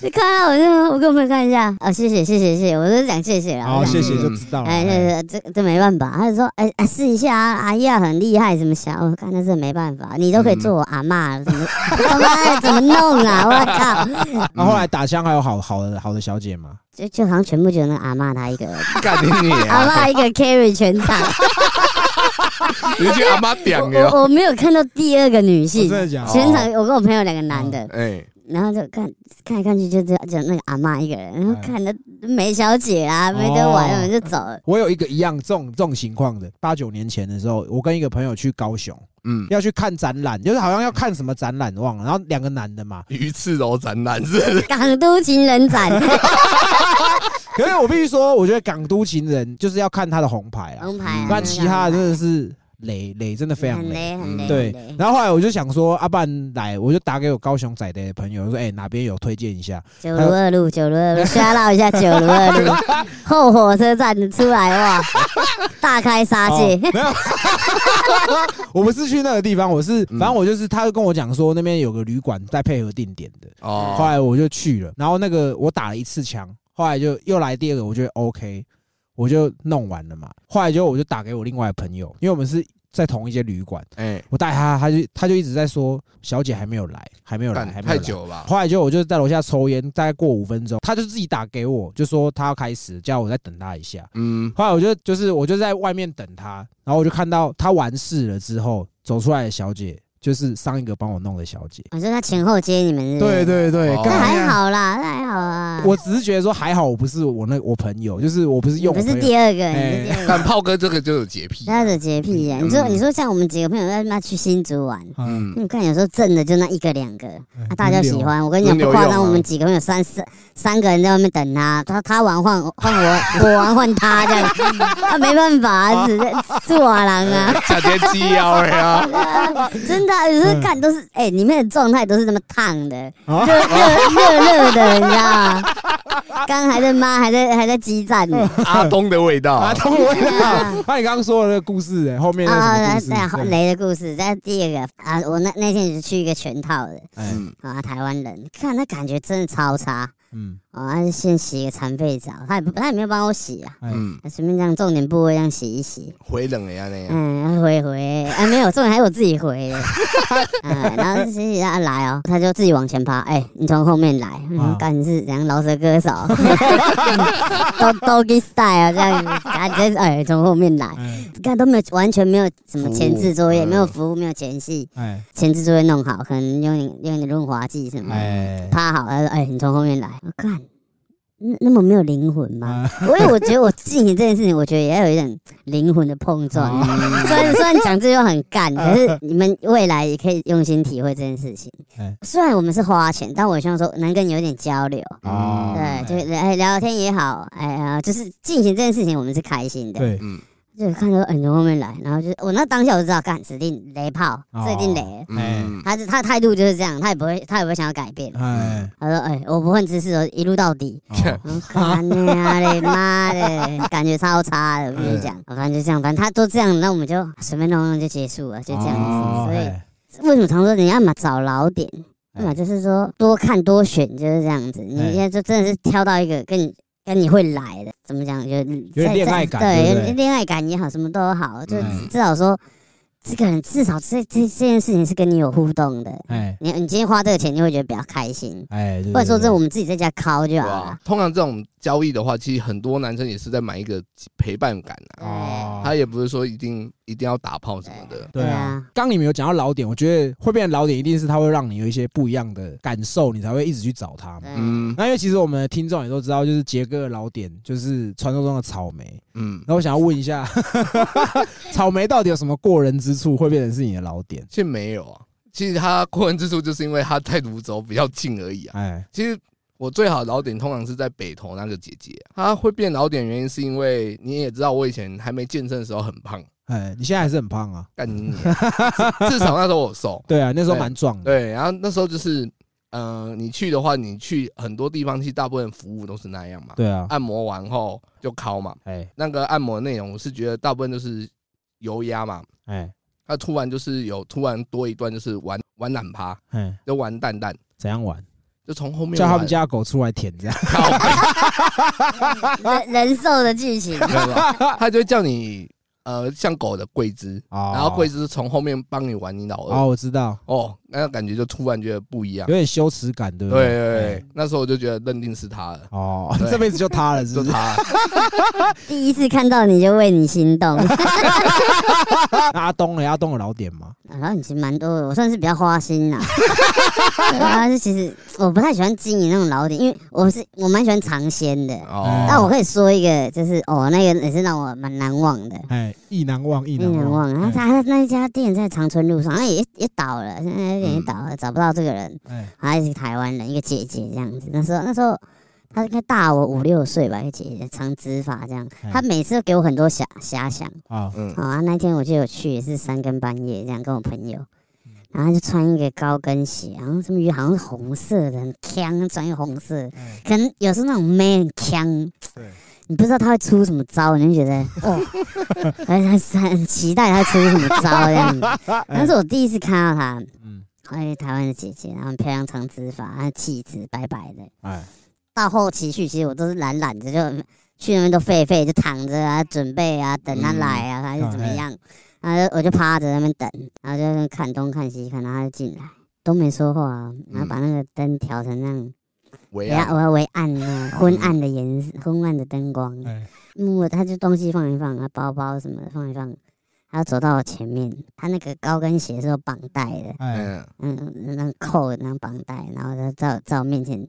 [SPEAKER 3] 你看到我就我给我们看一下，哦，谢谢谢谢谢谢，我都讲谢谢了，
[SPEAKER 1] 好，
[SPEAKER 3] 我
[SPEAKER 1] 哦
[SPEAKER 3] 讲
[SPEAKER 1] 谢哦谢就知道了。
[SPEAKER 3] 哎，这这这没办法，他就说，哎，哎试一下啊，阿姨啊很厉害，怎么想？我看那是没办法，你都可以做我阿妈，怎么他妈的怎么弄啊？我靠，
[SPEAKER 1] 那后来打枪还有好好的好的小姐嘛？
[SPEAKER 3] 就就好像全部只有那个阿妈她一个人，
[SPEAKER 1] 啊
[SPEAKER 2] 干你娘
[SPEAKER 3] 阿妈一个 carry 全场，
[SPEAKER 2] 你去阿妈点的哦，
[SPEAKER 3] 我我没有看到第二个女性
[SPEAKER 1] 哦真，的假的
[SPEAKER 3] 全场我跟我朋友两个男的，
[SPEAKER 2] 哎，
[SPEAKER 3] 然后就看看来看去就只有只有那个阿妈一个人，然后
[SPEAKER 1] 哎
[SPEAKER 3] 看的梅小姐啊没得玩，
[SPEAKER 1] 哦
[SPEAKER 3] 我们就走了。
[SPEAKER 1] 我有一个一样这种这种情况的，八九年前的时候，我跟一个朋友去高雄，
[SPEAKER 2] 嗯，
[SPEAKER 1] 要去看展览，就是好像要看什么展览忘了，然后两个男的嘛，
[SPEAKER 2] 鱼翅柔展览是不是
[SPEAKER 3] 港都情 人展，
[SPEAKER 1] 可是我必须说，我觉得港都情人就是要看他的红牌啊，
[SPEAKER 3] 红牌啊，
[SPEAKER 1] 不然其他的
[SPEAKER 3] 那
[SPEAKER 1] 真
[SPEAKER 3] 个
[SPEAKER 1] 的是雷雷，真的非常
[SPEAKER 3] 很
[SPEAKER 1] 雷。
[SPEAKER 3] 雷很雷，
[SPEAKER 1] 对
[SPEAKER 3] 很雷，
[SPEAKER 1] 然后后来我就想说，阿、啊、半来，我就打给我高雄仔的朋友，说，哎、哪边有推荐一下？
[SPEAKER 3] 九如二路，九如二路， 瞎绕一下九如二 路，后火车站出来哇，大开杀戒，
[SPEAKER 1] 哦没有， 我不是去那个地方，我是反正我就是，他就跟我讲说那边有个旅馆在配合定点的，后
[SPEAKER 2] 哦，
[SPEAKER 1] 来我就去了，然后那个我打了一次枪，后来就又来第二个，我觉得 OK，我就弄完了嘛，后来就我就打给我另外的朋友，因为我们是在同一间旅馆，
[SPEAKER 2] 哎，
[SPEAKER 1] 我带他，他就他就一直在说小姐还没有来，还没有来，
[SPEAKER 2] 干
[SPEAKER 1] 还没有
[SPEAKER 2] 太
[SPEAKER 1] 来。
[SPEAKER 2] 久了吧？
[SPEAKER 1] 后来就我就在楼下抽烟，大概过五分钟，他就自己打给我，就说他要开始，叫我再等他一下。
[SPEAKER 2] 嗯，
[SPEAKER 1] 后来我就就是我就在外面等他，然后我就看到他完事了之后走出来的小姐，就是上一个帮我弄的小姐。
[SPEAKER 3] 我说他前后接你们，
[SPEAKER 1] 对，对对，
[SPEAKER 2] 哦
[SPEAKER 1] 干
[SPEAKER 3] 那
[SPEAKER 1] 嘛
[SPEAKER 3] 还
[SPEAKER 1] 呀。
[SPEAKER 3] 好啦，那还好啊，
[SPEAKER 1] 我只是觉得说还好，我不是我那我朋友，就是我不是
[SPEAKER 3] 你
[SPEAKER 1] 用
[SPEAKER 3] 不
[SPEAKER 1] 我
[SPEAKER 3] 是
[SPEAKER 1] 朋友
[SPEAKER 3] 第二个，
[SPEAKER 1] 哎
[SPEAKER 3] 你是第二
[SPEAKER 2] 但
[SPEAKER 3] 个。
[SPEAKER 2] 炮哥这个就有洁癖，
[SPEAKER 3] 他的洁癖呀、
[SPEAKER 2] 嗯
[SPEAKER 3] 你说你说像我们几个朋友要他妈去新竹玩，
[SPEAKER 1] 嗯，
[SPEAKER 2] 嗯，
[SPEAKER 3] 你看有时候挣的就那一个两个，
[SPEAKER 1] 哎
[SPEAKER 3] 啊大家喜欢。我跟你讲
[SPEAKER 2] 轮流
[SPEAKER 3] 不夸
[SPEAKER 2] 用
[SPEAKER 3] 张，
[SPEAKER 2] 啊
[SPEAKER 3] 我们几个朋友三三三个人在外面等他，他他玩换换我，我玩换他这样，啊没办法，只是做狼啊。
[SPEAKER 2] 夏天鸡腰 呀，
[SPEAKER 3] 真的啊、有时
[SPEAKER 1] 嗯
[SPEAKER 3] 候看都是，哎、里面的状态都是那么烫的，
[SPEAKER 1] 啊
[SPEAKER 3] 热热热热的，你知道吗？刚还在妈还在还在激战呢，
[SPEAKER 2] 阿东的味道
[SPEAKER 1] 啊，，他不会啊。那你刚刚说的那个故事，哎，后面那
[SPEAKER 3] 啊
[SPEAKER 1] 个什么故事？
[SPEAKER 3] 雷的故事，在第二个啊，我那那天也是去一个全套的
[SPEAKER 1] 哎，
[SPEAKER 2] 嗯，
[SPEAKER 3] 啊，台湾人，看那感觉真的超差
[SPEAKER 1] 嗯，
[SPEAKER 3] 啊，他就先洗一个残废澡，他也不他也没有帮我洗啊，
[SPEAKER 1] 哎
[SPEAKER 2] 嗯，
[SPEAKER 3] 他随便这样重点部位这样洗一洗，
[SPEAKER 2] 回冷了呀那样，
[SPEAKER 3] 嗯，回回啊，没有，重点还是我自己 回的。嗯，然后其实他来哦，他就自己往前趴，哎、你从后面来，嗯
[SPEAKER 1] 啊，
[SPEAKER 3] 干、你是怎样饶舌歌手， 都都给 style 这样子，啊，直接哎从后面来，
[SPEAKER 1] 哎
[SPEAKER 3] 你看都没有完全没有什么前置作业，
[SPEAKER 2] 服务嗯
[SPEAKER 3] 没有服务，没有前戏，
[SPEAKER 1] 哎
[SPEAKER 3] 前置作业弄好，可能用点用点润滑剂什么的，
[SPEAKER 1] 哎，
[SPEAKER 3] 趴好，他说哎、你从后面来，我、看。那那么没有灵魂吗？
[SPEAKER 1] 啊
[SPEAKER 3] 我因为我觉得我进行这件事情，我觉得也要有一点灵魂的碰撞。
[SPEAKER 1] 啊
[SPEAKER 3] 虽然虽然讲这就很干，可是你们未来也可以用心体会这件事情
[SPEAKER 1] 哎。
[SPEAKER 3] 虽然我们是花钱，但我希望说能跟你有点交流，
[SPEAKER 1] 哦
[SPEAKER 3] 对，就哎聊天也好，哎呀，就是进行这件事情，我们是开心的。
[SPEAKER 1] 对，
[SPEAKER 2] 嗯
[SPEAKER 3] 就看到哎从后面来，然后就我那当下我就知道，干指定雷炮，
[SPEAKER 1] 哦
[SPEAKER 3] 这一定雷了。
[SPEAKER 2] 嗯，
[SPEAKER 3] 他是他的态度就是这样，他也不会他也不会想要改变。
[SPEAKER 1] 哎，
[SPEAKER 3] 他说：“哎、我不混吃是我一路到底。
[SPEAKER 1] 哦
[SPEAKER 3] 我干你啊嘞，妈的，感觉超差的，我跟你讲，反正就这样，反正他都这样，那我们就随便弄弄就结束了， 就这样
[SPEAKER 1] 哦
[SPEAKER 3] 子。所以
[SPEAKER 1] 哎
[SPEAKER 3] 为什么常说你要么找老点，
[SPEAKER 1] 哎
[SPEAKER 3] 要么就是说多看多选，就是这样子。你
[SPEAKER 1] 哎
[SPEAKER 3] 现在就真的是挑到一个跟你跟你会来的，怎么讲？就有
[SPEAKER 1] 点恋爱感对不
[SPEAKER 3] 对，
[SPEAKER 1] 对
[SPEAKER 3] 有恋爱感也好，什么都好，就
[SPEAKER 1] 嗯
[SPEAKER 3] 至少说这个人至少这这这件事情是跟你有互动的。
[SPEAKER 1] 哎
[SPEAKER 3] 你你今天花这个钱，你会觉得比较开心。
[SPEAKER 1] 哎，对
[SPEAKER 3] 或者说这我
[SPEAKER 1] 对
[SPEAKER 3] 们自己在家敲就
[SPEAKER 2] 对啊
[SPEAKER 3] 好
[SPEAKER 2] 吧
[SPEAKER 3] 了。？
[SPEAKER 2] 通常这种交易的话，其实很多男生也是在买一个陪伴感啊，
[SPEAKER 1] 对
[SPEAKER 3] 哎
[SPEAKER 2] 他也不是说一定一定要打炮什么的，
[SPEAKER 1] 对
[SPEAKER 3] 对
[SPEAKER 1] 啊
[SPEAKER 3] 啊，
[SPEAKER 1] 刚你们有讲到老点，我觉得会变成老点，一定是他会让你有一些不一样的感受，你才会一直去找他
[SPEAKER 3] 啊
[SPEAKER 1] 嘛。
[SPEAKER 2] 嗯
[SPEAKER 1] 那因为其实我们的听众也都知道，就是杰哥的老点就是传说中的草莓，
[SPEAKER 2] 嗯，
[SPEAKER 1] 那我想要问一下， 草莓到底有什么过人之处，会变成是你的老点？
[SPEAKER 2] 其实没有啊，其实他过人之处就是因为他在泸州比较近而已啊。
[SPEAKER 1] 哎，
[SPEAKER 2] 其实我最好的老点通常是在北投那个姐姐啊、她会变老点原因是因为你也知道我以前还没健身的时候很胖，
[SPEAKER 1] 哎，你现在还是很胖啊。
[SPEAKER 2] 干你 娘至至少那时候我瘦，
[SPEAKER 1] 对啊，那时候蛮壮的。
[SPEAKER 2] 对，然后那时候就是，呃，你去的话，你去很多地方，其实大部分服务都是那样嘛。
[SPEAKER 1] 对啊，
[SPEAKER 2] 按摩完后就敲嘛，
[SPEAKER 1] 哎
[SPEAKER 2] 那个按摩内容我是觉得大部分都是油压嘛，
[SPEAKER 1] 哎
[SPEAKER 2] 那突然就是有突然多一段就是玩玩懒趴，
[SPEAKER 1] 哎，
[SPEAKER 2] 就玩蛋蛋，
[SPEAKER 1] 怎样玩？
[SPEAKER 2] 就从后面
[SPEAKER 1] 叫他
[SPEAKER 2] 玩
[SPEAKER 1] 们家狗出来舔这样。
[SPEAKER 2] 靠背
[SPEAKER 3] 人人兽的剧情，
[SPEAKER 2] 你知道吗他就会叫你呃像狗的跪姿，
[SPEAKER 1] 然
[SPEAKER 2] 然后跪姿从后面帮你玩你老
[SPEAKER 1] 哦，
[SPEAKER 2] 二，
[SPEAKER 1] 我知道，
[SPEAKER 2] 哦，那个感觉就突然觉得不一样
[SPEAKER 1] 有。点羞耻感，对
[SPEAKER 2] 对
[SPEAKER 1] 不对？
[SPEAKER 2] 啊对对，那时候我就觉得认定是他了，
[SPEAKER 1] 哦，
[SPEAKER 2] 对
[SPEAKER 1] 这辈子就他了，是
[SPEAKER 2] 就
[SPEAKER 1] 不是？
[SPEAKER 2] 他。
[SPEAKER 3] 第一次看到你就为你心动，
[SPEAKER 1] 那阿东呢？阿东有老点吗？
[SPEAKER 3] 啊然后你其实蛮多的，我算是比较花心啦。 然后就其实我不太喜欢经营那种老点，因为我是我蛮喜欢尝鲜的。
[SPEAKER 2] 哦，
[SPEAKER 3] 那我可以说一个，就是哦，那个也是让我蛮难忘的。
[SPEAKER 1] 哎，意难忘，意
[SPEAKER 3] 有点
[SPEAKER 1] 难
[SPEAKER 3] 忘了，
[SPEAKER 1] 忘。哎
[SPEAKER 3] 他他那一家店在长春路上，好像也也倒了，现在有点也倒了，找不到这个人，
[SPEAKER 1] 哎
[SPEAKER 3] 还是台湾人，一个姐姐这样子。那时候那时候她应该大我五六岁吧，一个姐姐长直发这样
[SPEAKER 1] 嗯，
[SPEAKER 3] 她每次都给我很多遐遐想。
[SPEAKER 1] 哎啊，
[SPEAKER 2] 嗯
[SPEAKER 3] 好啊，那天我就有去，也是三更半夜这样跟我朋友，然后就穿一个高跟鞋，然后什么鱼好像是红色的，很呛，穿一个红色，
[SPEAKER 2] 哎
[SPEAKER 3] 可能有时候那种妹很呛
[SPEAKER 1] 对，
[SPEAKER 3] 你不知道他会出什么招，你就觉得哦， 很很很期待他出什么招这样子。那是我第一次看到他，
[SPEAKER 1] 嗯，
[SPEAKER 3] 哎，台湾的姐姐，然后很漂亮长直发，然后气质白白的。
[SPEAKER 1] 哎，
[SPEAKER 3] 到后期去，其实我都是懒懒的，就去那边都废废，就躺着啊，准备啊，等他来啊，还是怎么样，然后就我就趴着在那边等，然后就在那边看东看西看，然后他就进来，都没说话啊，然后把那个灯调成那样，
[SPEAKER 2] 维
[SPEAKER 3] 我要
[SPEAKER 2] 亚，
[SPEAKER 3] 我要微暗 啊，昏暗的颜色，昏暗的灯光，
[SPEAKER 1] 哎，
[SPEAKER 3] 嗯，我他就东西放一放，啊，包包什么的放一放，他走到我前面，他那个高跟鞋是有绑带的，
[SPEAKER 1] 哎，
[SPEAKER 2] 嗯，
[SPEAKER 3] 嗯，那个扣那个绑带，然后他在在我面前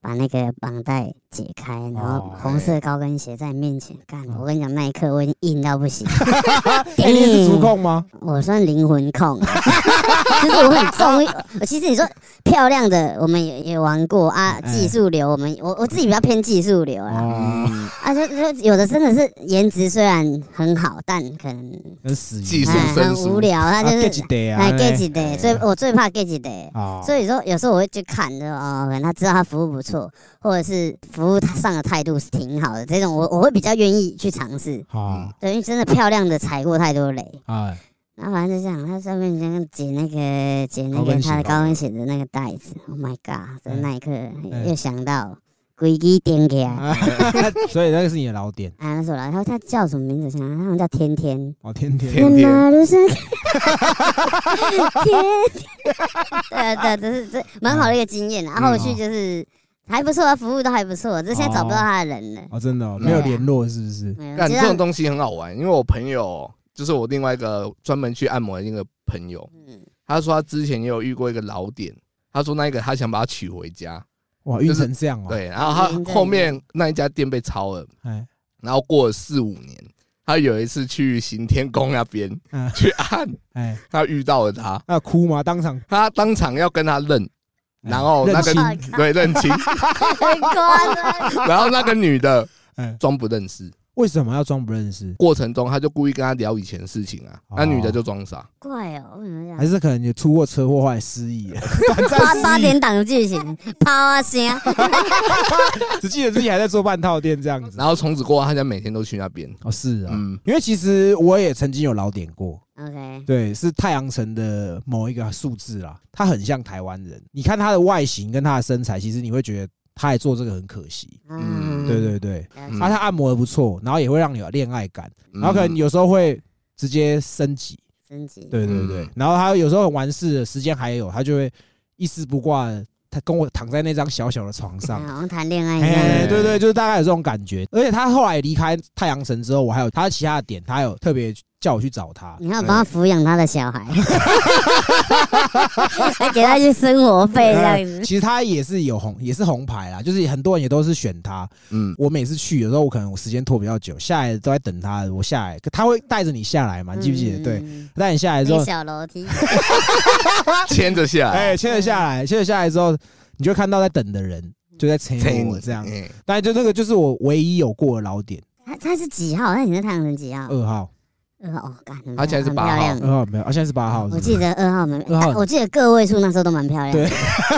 [SPEAKER 3] 把那个绑带解开，然后
[SPEAKER 1] 哦嗯
[SPEAKER 3] 红色高跟鞋在你面前，干、我跟你讲，那一刻我已经硬到不 行，
[SPEAKER 1] 哎，你是足控吗？
[SPEAKER 3] 我算灵魂控，啊 就是我很重要。其实你说漂亮的，我们也也玩过啊，
[SPEAKER 1] 哎
[SPEAKER 3] 技术流，我们我我自己比较偏技
[SPEAKER 2] 嗯
[SPEAKER 3] 术流啦，
[SPEAKER 1] 哦，
[SPEAKER 3] 啊，就就有的真的是颜值虽然很好，但可能
[SPEAKER 1] 很死鱼
[SPEAKER 2] 技术
[SPEAKER 3] 哎
[SPEAKER 2] 生
[SPEAKER 3] 很
[SPEAKER 2] 疏
[SPEAKER 3] 无聊，他
[SPEAKER 1] 啊
[SPEAKER 3] 就
[SPEAKER 1] ，get
[SPEAKER 3] 是
[SPEAKER 1] it day 啊
[SPEAKER 3] 哎
[SPEAKER 1] 对
[SPEAKER 3] get 几 day，所以我最怕 get 几 day。
[SPEAKER 1] 啊，
[SPEAKER 3] 所以说，有时候我会去看，就哦，可能他知道他服务不错，或者是服务上的态度是挺好的，这种我我会比较愿意去尝试。
[SPEAKER 1] 好，
[SPEAKER 2] 嗯
[SPEAKER 3] 对，因为真的漂亮的踩过太多雷。
[SPEAKER 1] 哎，
[SPEAKER 3] 然后反正就这样，他上面像解那个解那
[SPEAKER 1] 高跟
[SPEAKER 3] 个
[SPEAKER 1] 鞋
[SPEAKER 3] 他的高跟鞋的那个带子，Oh my god！在
[SPEAKER 1] 嗯嗯
[SPEAKER 3] 那一刻又想到鬼机点起来，啊，
[SPEAKER 1] 所以 那个是你的老点
[SPEAKER 3] 那时候然后他叫什么名字？想想他好像叫天天。
[SPEAKER 1] 哦，天天
[SPEAKER 2] 天天
[SPEAKER 3] 马路上，天天，对啊对啊，这是这蛮好的一个经验啊。
[SPEAKER 2] 嗯
[SPEAKER 3] 后续就是还不错啊，服务都还不错，只是现在找不到他的人了。哎
[SPEAKER 1] 哦，真的哦没有联络是不是？
[SPEAKER 3] 没有，
[SPEAKER 2] 干
[SPEAKER 3] 就
[SPEAKER 2] 这
[SPEAKER 3] 让
[SPEAKER 2] 种东西很好玩，因为我朋友就是我另外一个专门去按摩的那个朋友，
[SPEAKER 3] 嗯
[SPEAKER 2] 他说他之前也有遇过一个老点，他说那一个他想把他娶回家，
[SPEAKER 1] 哇，晕成这样哦，，
[SPEAKER 2] 对，然后
[SPEAKER 3] 原因
[SPEAKER 2] 他
[SPEAKER 3] 在于
[SPEAKER 2] 后面那一家店被抄了，
[SPEAKER 1] 哎，
[SPEAKER 2] 然后过了四五年，他有一次去行天宫那边
[SPEAKER 1] 嗯
[SPEAKER 2] 去按，
[SPEAKER 1] 哎，
[SPEAKER 2] 他遇到了他，
[SPEAKER 1] 那哭吗？当场，哎
[SPEAKER 2] 他当场要跟他认，然后那
[SPEAKER 1] 认
[SPEAKER 2] 个
[SPEAKER 1] 亲
[SPEAKER 3] 认亲
[SPEAKER 2] 对认亲，
[SPEAKER 3] 很夸张，
[SPEAKER 2] 然后那个女的
[SPEAKER 1] 哎，
[SPEAKER 2] 装不认识，
[SPEAKER 1] 为什么要装不认识？
[SPEAKER 2] 过程中他就故意跟他聊以前的事情啊，
[SPEAKER 1] 哦
[SPEAKER 2] 那女的就装傻，
[SPEAKER 3] 怪哦，为什么
[SPEAKER 1] 还
[SPEAKER 3] 这样？
[SPEAKER 1] 是可能你出过车祸，后来失 忆了，短
[SPEAKER 3] 八
[SPEAKER 1] 暂
[SPEAKER 3] 八
[SPEAKER 1] 失忆，
[SPEAKER 3] 点档的剧情，抛啊声，
[SPEAKER 1] 只记得自己还在做半套店这样子。
[SPEAKER 2] 然后从此过后他家每天都去那边，
[SPEAKER 1] 哦，是啊，
[SPEAKER 2] 嗯，
[SPEAKER 1] 因为其实我也曾经有老点过，
[SPEAKER 3] OK，
[SPEAKER 1] 对，是太阳城的某一个数字啦，他很像台湾人。你看他的外形跟他的身材，其实你会觉得他还做这个很可惜。
[SPEAKER 2] 嗯
[SPEAKER 3] 嗯，
[SPEAKER 1] 对对对，
[SPEAKER 3] 了
[SPEAKER 2] 嗯
[SPEAKER 3] 解，
[SPEAKER 1] 啊，他按摩的不错，然后也会让你有恋爱感，
[SPEAKER 2] 嗯
[SPEAKER 1] 然后可能有时候会直接升级。
[SPEAKER 3] 升级，哎
[SPEAKER 1] 对对对
[SPEAKER 2] 嗯，
[SPEAKER 1] 然后他有时候很完事的时间还有，他就会一丝不挂地，他跟我躺在那张小小的床上
[SPEAKER 3] 嗯，。好像谈恋爱一样。
[SPEAKER 2] 嗯
[SPEAKER 1] 哎，对对，就是大概有这种感觉。而且他后来离开太阳城之后，我还有他其他的点，他还有特别叫我去找他。
[SPEAKER 3] 你要帮他抚养他的小孩， 还给他一些生活费这样子。
[SPEAKER 1] 其实他也是有红，也是红牌啦，就是很多人也都是选他。
[SPEAKER 2] 嗯，
[SPEAKER 1] 我每次去，有时候我可能我时间拖比较久，下来都在等他。我下来，可他会带着你下来嘛？你记不记得？对，
[SPEAKER 3] 嗯，
[SPEAKER 1] 带你下来之
[SPEAKER 3] 那
[SPEAKER 1] 后
[SPEAKER 3] 个，小楼梯，
[SPEAKER 2] 牵着下来，
[SPEAKER 1] 哎，牵着下
[SPEAKER 3] 嗯
[SPEAKER 1] 来，牵着下来之后，你就看到在等的人就在催
[SPEAKER 2] 牵
[SPEAKER 1] 我
[SPEAKER 2] 你
[SPEAKER 1] 这样。
[SPEAKER 2] 哎
[SPEAKER 3] 嗯
[SPEAKER 1] 但就那个就是我唯一有过的老点，
[SPEAKER 3] 他他是几号？那你是太阳城几号？
[SPEAKER 1] 二号。
[SPEAKER 3] 二号哦，干，很
[SPEAKER 2] 而且还是
[SPEAKER 3] 很
[SPEAKER 2] 八
[SPEAKER 3] 漂
[SPEAKER 2] 号
[SPEAKER 3] 亮
[SPEAKER 1] 二号没有啊，现在是八号，
[SPEAKER 3] 我记得二号门，
[SPEAKER 1] 二号
[SPEAKER 3] 但我记得个位数那时候都蛮漂亮的。
[SPEAKER 1] 对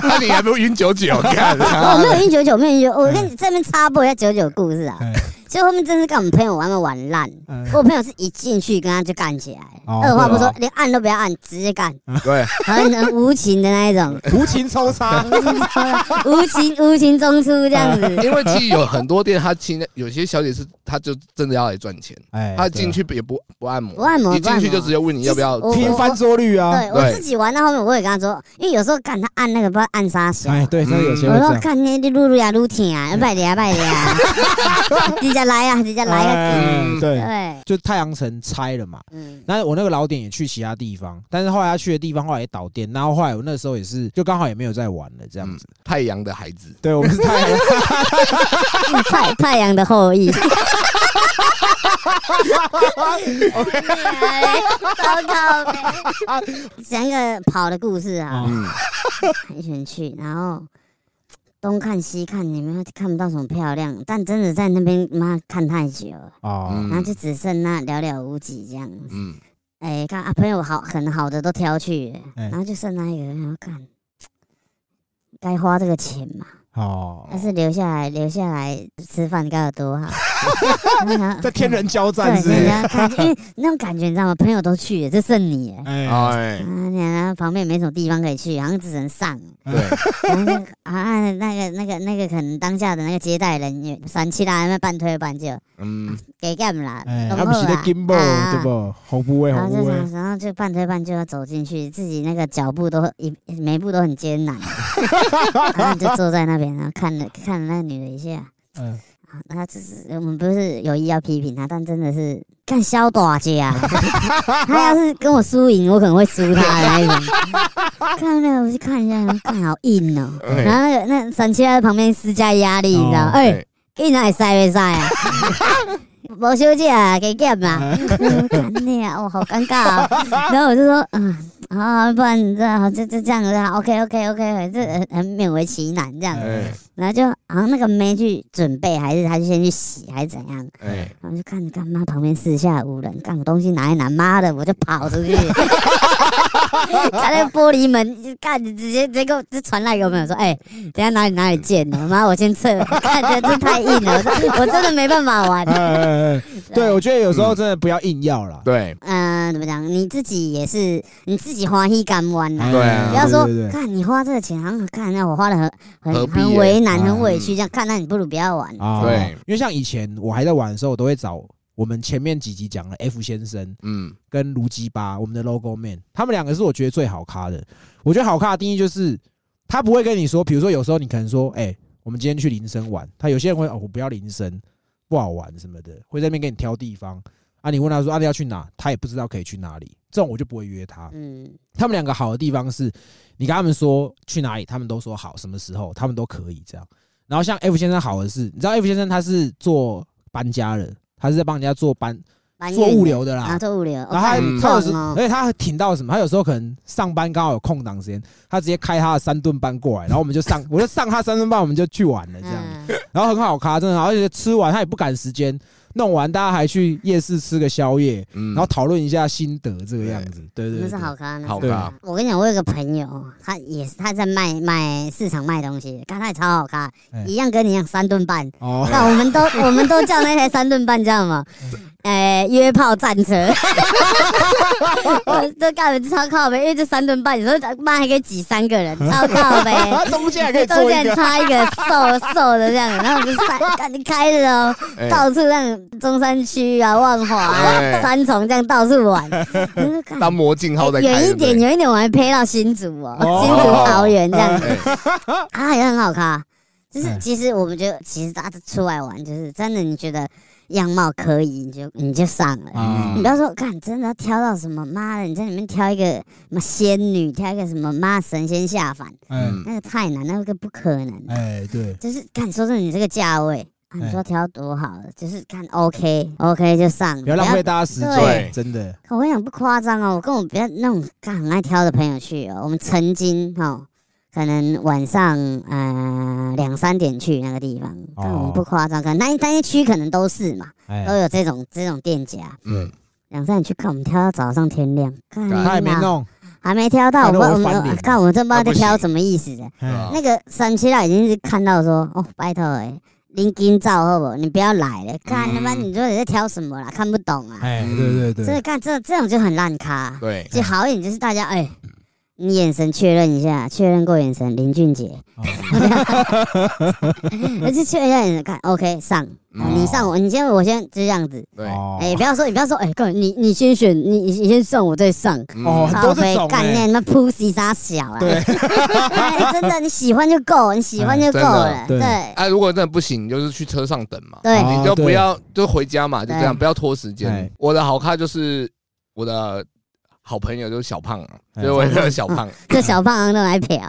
[SPEAKER 2] 那你还不如晕 九九？看，
[SPEAKER 3] 哦，没有晕九九，没有晕九，
[SPEAKER 1] 嗯
[SPEAKER 3] 我跟你这边插播一下九九故事啊
[SPEAKER 1] 哎。
[SPEAKER 3] 所以后面真是跟我们朋友玩的玩烂，
[SPEAKER 1] 嗯
[SPEAKER 3] 我朋友是一进去跟他就干起来了，
[SPEAKER 1] 哦
[SPEAKER 3] 二话不
[SPEAKER 2] 对
[SPEAKER 3] 说
[SPEAKER 2] 啊，
[SPEAKER 3] 连按都不要按，直接干，
[SPEAKER 2] 对，
[SPEAKER 3] 很很无情的那一种，
[SPEAKER 1] 无情抽插，
[SPEAKER 3] 无情无情中出这样
[SPEAKER 1] 嗯
[SPEAKER 3] 子。
[SPEAKER 2] 因为其实有很多店，他其实有些小姐是，她就真的要来赚钱，
[SPEAKER 1] 哎
[SPEAKER 2] 她进去也不不按摩，
[SPEAKER 3] 不按摩哦
[SPEAKER 2] 一进去就直接问你要不要
[SPEAKER 3] 不按摩
[SPEAKER 1] 拼翻桌率啊，
[SPEAKER 3] 对我
[SPEAKER 2] 对
[SPEAKER 3] 自己玩到后面，我也跟他说，因为有时候干他按那个不知道按啥手，
[SPEAKER 1] 哎，对，真的有些
[SPEAKER 3] 我
[SPEAKER 1] 会这
[SPEAKER 3] 说
[SPEAKER 1] 样，嗯
[SPEAKER 3] 看你你撸撸呀撸挺啊，拜的呀拜的呀， 直接来啊呀直接来呀，
[SPEAKER 1] 哎
[SPEAKER 2] 嗯
[SPEAKER 1] 对，
[SPEAKER 3] 对，
[SPEAKER 1] 就太阳城拆了嘛。
[SPEAKER 3] 嗯，
[SPEAKER 1] 那我那个老点也去其他地方，但是后来他去的地方后来也倒店，然后后来我那时候也是就刚好也没有在玩了这样子。
[SPEAKER 2] 太阳的孩子，
[SPEAKER 1] 嗯 对我们是太阳，
[SPEAKER 3] 太太阳的后裔。哎糟糕呗！讲一个跑的故事
[SPEAKER 1] 哦
[SPEAKER 3] 啊，
[SPEAKER 2] 嗯，
[SPEAKER 3] 一群去，然后东看西看，你们看不到什么漂亮，但真的在那边妈看太久了，
[SPEAKER 1] 哦，
[SPEAKER 2] 嗯
[SPEAKER 3] 然后就只剩那寥寥无几这样子。
[SPEAKER 2] 嗯，
[SPEAKER 3] 哎、看啊，朋友好很好的都挑去了，
[SPEAKER 1] 哎
[SPEAKER 3] 然后就剩那一个，然后看，该花这个钱嘛，
[SPEAKER 1] 哦
[SPEAKER 3] 还，是留下来留下来吃饭该有多 好。
[SPEAKER 1] 这天人交战
[SPEAKER 3] 对，
[SPEAKER 1] 是
[SPEAKER 3] 人家感觉，因为那种感觉你知道吗？朋友都去了，就剩你了。
[SPEAKER 1] 哎，
[SPEAKER 2] 哎
[SPEAKER 3] 啊，，你然后旁边没什么地方可以去，好像只能上。
[SPEAKER 2] 对，
[SPEAKER 3] 然后那个啊，那个、那个、那个，可能当下的那个接待人员，三七啦，那半推半就，
[SPEAKER 2] 嗯，
[SPEAKER 3] 给干啦，
[SPEAKER 1] 哎，
[SPEAKER 3] 弄
[SPEAKER 1] 他们是
[SPEAKER 3] 好
[SPEAKER 1] 在
[SPEAKER 3] 啦
[SPEAKER 1] gimbal
[SPEAKER 3] 啊
[SPEAKER 1] 对不？红不威，
[SPEAKER 3] 然
[SPEAKER 1] 红
[SPEAKER 3] 后就
[SPEAKER 1] 不威，
[SPEAKER 3] 想，然后就半推半就要走进去，自己那个脚步都一每步都很艰难，啊 然后就坐在那边，然后看了看了那个女的一下，
[SPEAKER 1] 嗯，
[SPEAKER 3] 啊，那就是我们不是有意要批评他，但真的是干肖大姐啊！ 他要是跟我输赢，我可能会输他的那一种。 看到没有？我去看一下，看好硬哦、
[SPEAKER 2] 哎
[SPEAKER 3] 然后那个那闪七在旁边施加压力，你知道吗？
[SPEAKER 1] 哦
[SPEAKER 3] 哎、硬来塞没塞啊？无休假啊，给减啊！干你啊，我好尴尬啊！然后我就说，嗯，啊，不然这样就就这样子啊，OK OK OK，这很很勉为其难这样子。
[SPEAKER 2] 哎
[SPEAKER 3] 然后就好像那个妹去准备，还是她就先去洗，还是怎样？
[SPEAKER 2] 哎，
[SPEAKER 3] 然后就看着干妈旁边四下无人，干我东西拿一拿，妈的，我就跑出去， 在那个玻璃门就干，直接直接给我就传来给我朋友说，哎、等一下哪里哪里见了，妈我先撤，看这这太硬了，我说我真的没办法玩
[SPEAKER 1] 哎。哎，哎对，我觉得有时候真的不要硬要啦。
[SPEAKER 2] 对，
[SPEAKER 3] 嗯、怎么讲？你自己也是你自己花一干弯呐、
[SPEAKER 1] 哎
[SPEAKER 2] 对啊
[SPEAKER 3] 不要说
[SPEAKER 1] 对对对
[SPEAKER 3] 看你花这个钱，好像看那我花的很
[SPEAKER 2] 何
[SPEAKER 3] 很
[SPEAKER 2] 必
[SPEAKER 3] 很
[SPEAKER 2] 耶
[SPEAKER 3] 为难、很
[SPEAKER 1] 嗯
[SPEAKER 3] 委屈，这样看，那你不如不要玩。
[SPEAKER 1] 啊
[SPEAKER 2] 对
[SPEAKER 1] 因为像以前我还在玩的时候，我都会找我们前面几集讲的 F 先生，
[SPEAKER 2] 嗯，
[SPEAKER 1] 跟卢基巴，我们的 logo man，他们两个是我觉得最好咖的。我觉得好咖的定义就是，他不会跟你说，比如说有时候你可能说，哎、我们今天去林森玩，他有些人会哦，我不要林森，不好玩什么的，会在那边给你挑地方啊。你问他说啊，你要去哪，他也不知道可以去哪里，这种我就不会约他。
[SPEAKER 3] 嗯，
[SPEAKER 1] 他们两个好的地方是，你跟他们说去哪里，他们都说好，什么时候他们都可以这样。然后像 F 先生好的是，你知道 F 先生他是做搬家的，他是在帮人家做搬
[SPEAKER 3] 蛮
[SPEAKER 1] 做
[SPEAKER 3] 远
[SPEAKER 1] 物
[SPEAKER 3] 的
[SPEAKER 1] 流的啦，
[SPEAKER 3] 啊，做物流，
[SPEAKER 1] 然后他他
[SPEAKER 2] 嗯
[SPEAKER 1] 有
[SPEAKER 3] 创
[SPEAKER 1] 时，而
[SPEAKER 3] 哦，
[SPEAKER 1] 且他还挺到什么？他有时候可能上班刚好有空档时间，他直接开他的三顿半过来，然后我们就上，我就上他三顿半，我们就去玩了这样。
[SPEAKER 3] 嗯，
[SPEAKER 1] 然后很好咖，真的很好，而且吃完他也不赶时间，弄完大家还去夜市吃个宵夜，
[SPEAKER 2] 嗯，
[SPEAKER 1] 然后讨论一下心得这个样子。对对
[SPEAKER 3] 那
[SPEAKER 1] 对
[SPEAKER 3] 是
[SPEAKER 1] 对，
[SPEAKER 3] 好看，那是
[SPEAKER 2] 好
[SPEAKER 1] 对
[SPEAKER 2] 吧，
[SPEAKER 3] 我跟你讲，我有个朋友，他也是他在卖卖市场卖东西，看他也超好看
[SPEAKER 1] 哎，
[SPEAKER 3] 一样跟你一样三顿半。
[SPEAKER 1] 哦，
[SPEAKER 3] 那我们 都我们都叫那台三顿半叫什么？呃，约炮战车，我这干的超靠呗，因为这三顿半，你说妈还可以挤三个人，超靠呗。
[SPEAKER 1] 啊中间还可以
[SPEAKER 3] 中
[SPEAKER 1] 做一
[SPEAKER 3] 间
[SPEAKER 1] 个，
[SPEAKER 3] 插一个瘦瘦的这样，然后我们就三，赶紧开着哦，
[SPEAKER 2] 哎
[SPEAKER 3] 到处让中山区啊、万华、啊、
[SPEAKER 2] 哎
[SPEAKER 3] 三重这样到处 玩，我就看
[SPEAKER 2] 当魔镜号在开
[SPEAKER 3] 哎远一
[SPEAKER 2] 对不对
[SPEAKER 3] 点，远一点，我还配到新竹哦，
[SPEAKER 1] 哦
[SPEAKER 3] 新竹桃园这样子
[SPEAKER 2] 哎
[SPEAKER 3] 啊，也很好看啊。就是
[SPEAKER 1] 嗯
[SPEAKER 3] 其实我们觉得，其实大家出来玩，就是真的，你觉得样貌可以，你就你就上了。
[SPEAKER 1] 啊
[SPEAKER 3] 你不要说，看真的要挑到什么妈的，你在里面挑一个妈仙女，挑一个什么妈神仙下凡，
[SPEAKER 1] 嗯，
[SPEAKER 3] 那个太难，那个不可能。
[SPEAKER 1] 哎，对，
[SPEAKER 3] 就是看说真的，你这个价位啊，你
[SPEAKER 1] 哎
[SPEAKER 3] 说挑多好，就是看 OK OK 就上了，
[SPEAKER 1] 不要浪费大家时间，
[SPEAKER 2] 对
[SPEAKER 1] 真的。
[SPEAKER 3] 我跟你讲不夸张哦，我跟我比较那种干很爱挑的朋友去哦，我们曾经哦，可能晚上呃两三点去那个地方，但我
[SPEAKER 1] 哦
[SPEAKER 3] 们不夸张，可能那一那一区可能都是嘛，
[SPEAKER 1] 哎
[SPEAKER 3] 都有这种这种店家。
[SPEAKER 2] 嗯，
[SPEAKER 3] 两站去看，我们挑到早上天亮，看
[SPEAKER 1] 他还没
[SPEAKER 3] 呐，
[SPEAKER 1] 弄，
[SPEAKER 3] 还没挑到，我
[SPEAKER 1] 看
[SPEAKER 3] 不
[SPEAKER 1] 到
[SPEAKER 3] 知道我
[SPEAKER 1] 我翻
[SPEAKER 3] 们
[SPEAKER 1] 脸
[SPEAKER 3] 看我真不知道
[SPEAKER 2] 那
[SPEAKER 3] 在
[SPEAKER 2] 不
[SPEAKER 3] 挑
[SPEAKER 2] 行
[SPEAKER 3] 什么意思的。
[SPEAKER 1] 哎
[SPEAKER 2] 啊
[SPEAKER 3] 那个三七佬已经是看到说，哦，拜托哎、林金照好不好？你不要来了，看他妈你说你在挑什么啦？看不懂啊！
[SPEAKER 1] 嗯哎，对对
[SPEAKER 3] 真的
[SPEAKER 1] 对，
[SPEAKER 3] 看这这种就很烂咖。啊
[SPEAKER 2] 对，
[SPEAKER 3] 就好一点就是大家哎、你眼神确认一下，确认过眼神，林 俊杰，
[SPEAKER 1] 哦
[SPEAKER 3] 而且确认一下眼神，看 OK 上，哦你上我，你先我先就这样子，
[SPEAKER 2] 嗯对，
[SPEAKER 1] 嗯哦
[SPEAKER 3] 哎、不要说你不要说，哎、干你你先选，你你先上我再上。
[SPEAKER 2] 嗯
[SPEAKER 1] 哦很多这种
[SPEAKER 3] 靠背干
[SPEAKER 1] 欸
[SPEAKER 3] 练那 pussy 杀小啊！
[SPEAKER 1] 对
[SPEAKER 3] 哎真的你喜欢就够，你喜欢就够了
[SPEAKER 1] 哎。真的
[SPEAKER 3] 对
[SPEAKER 2] 啊，如果真的不行，你就是去车上等嘛，
[SPEAKER 3] 对，
[SPEAKER 1] 哦
[SPEAKER 2] 你就不
[SPEAKER 1] 对
[SPEAKER 2] 要就回家嘛，就这样，
[SPEAKER 3] 对
[SPEAKER 2] 不要拖时间
[SPEAKER 1] 哎。
[SPEAKER 2] 我的好咖就是我的好朋友就是小胖啊，
[SPEAKER 1] 哎
[SPEAKER 2] 就是我一个小胖，
[SPEAKER 3] 这小胖昂都来嫖，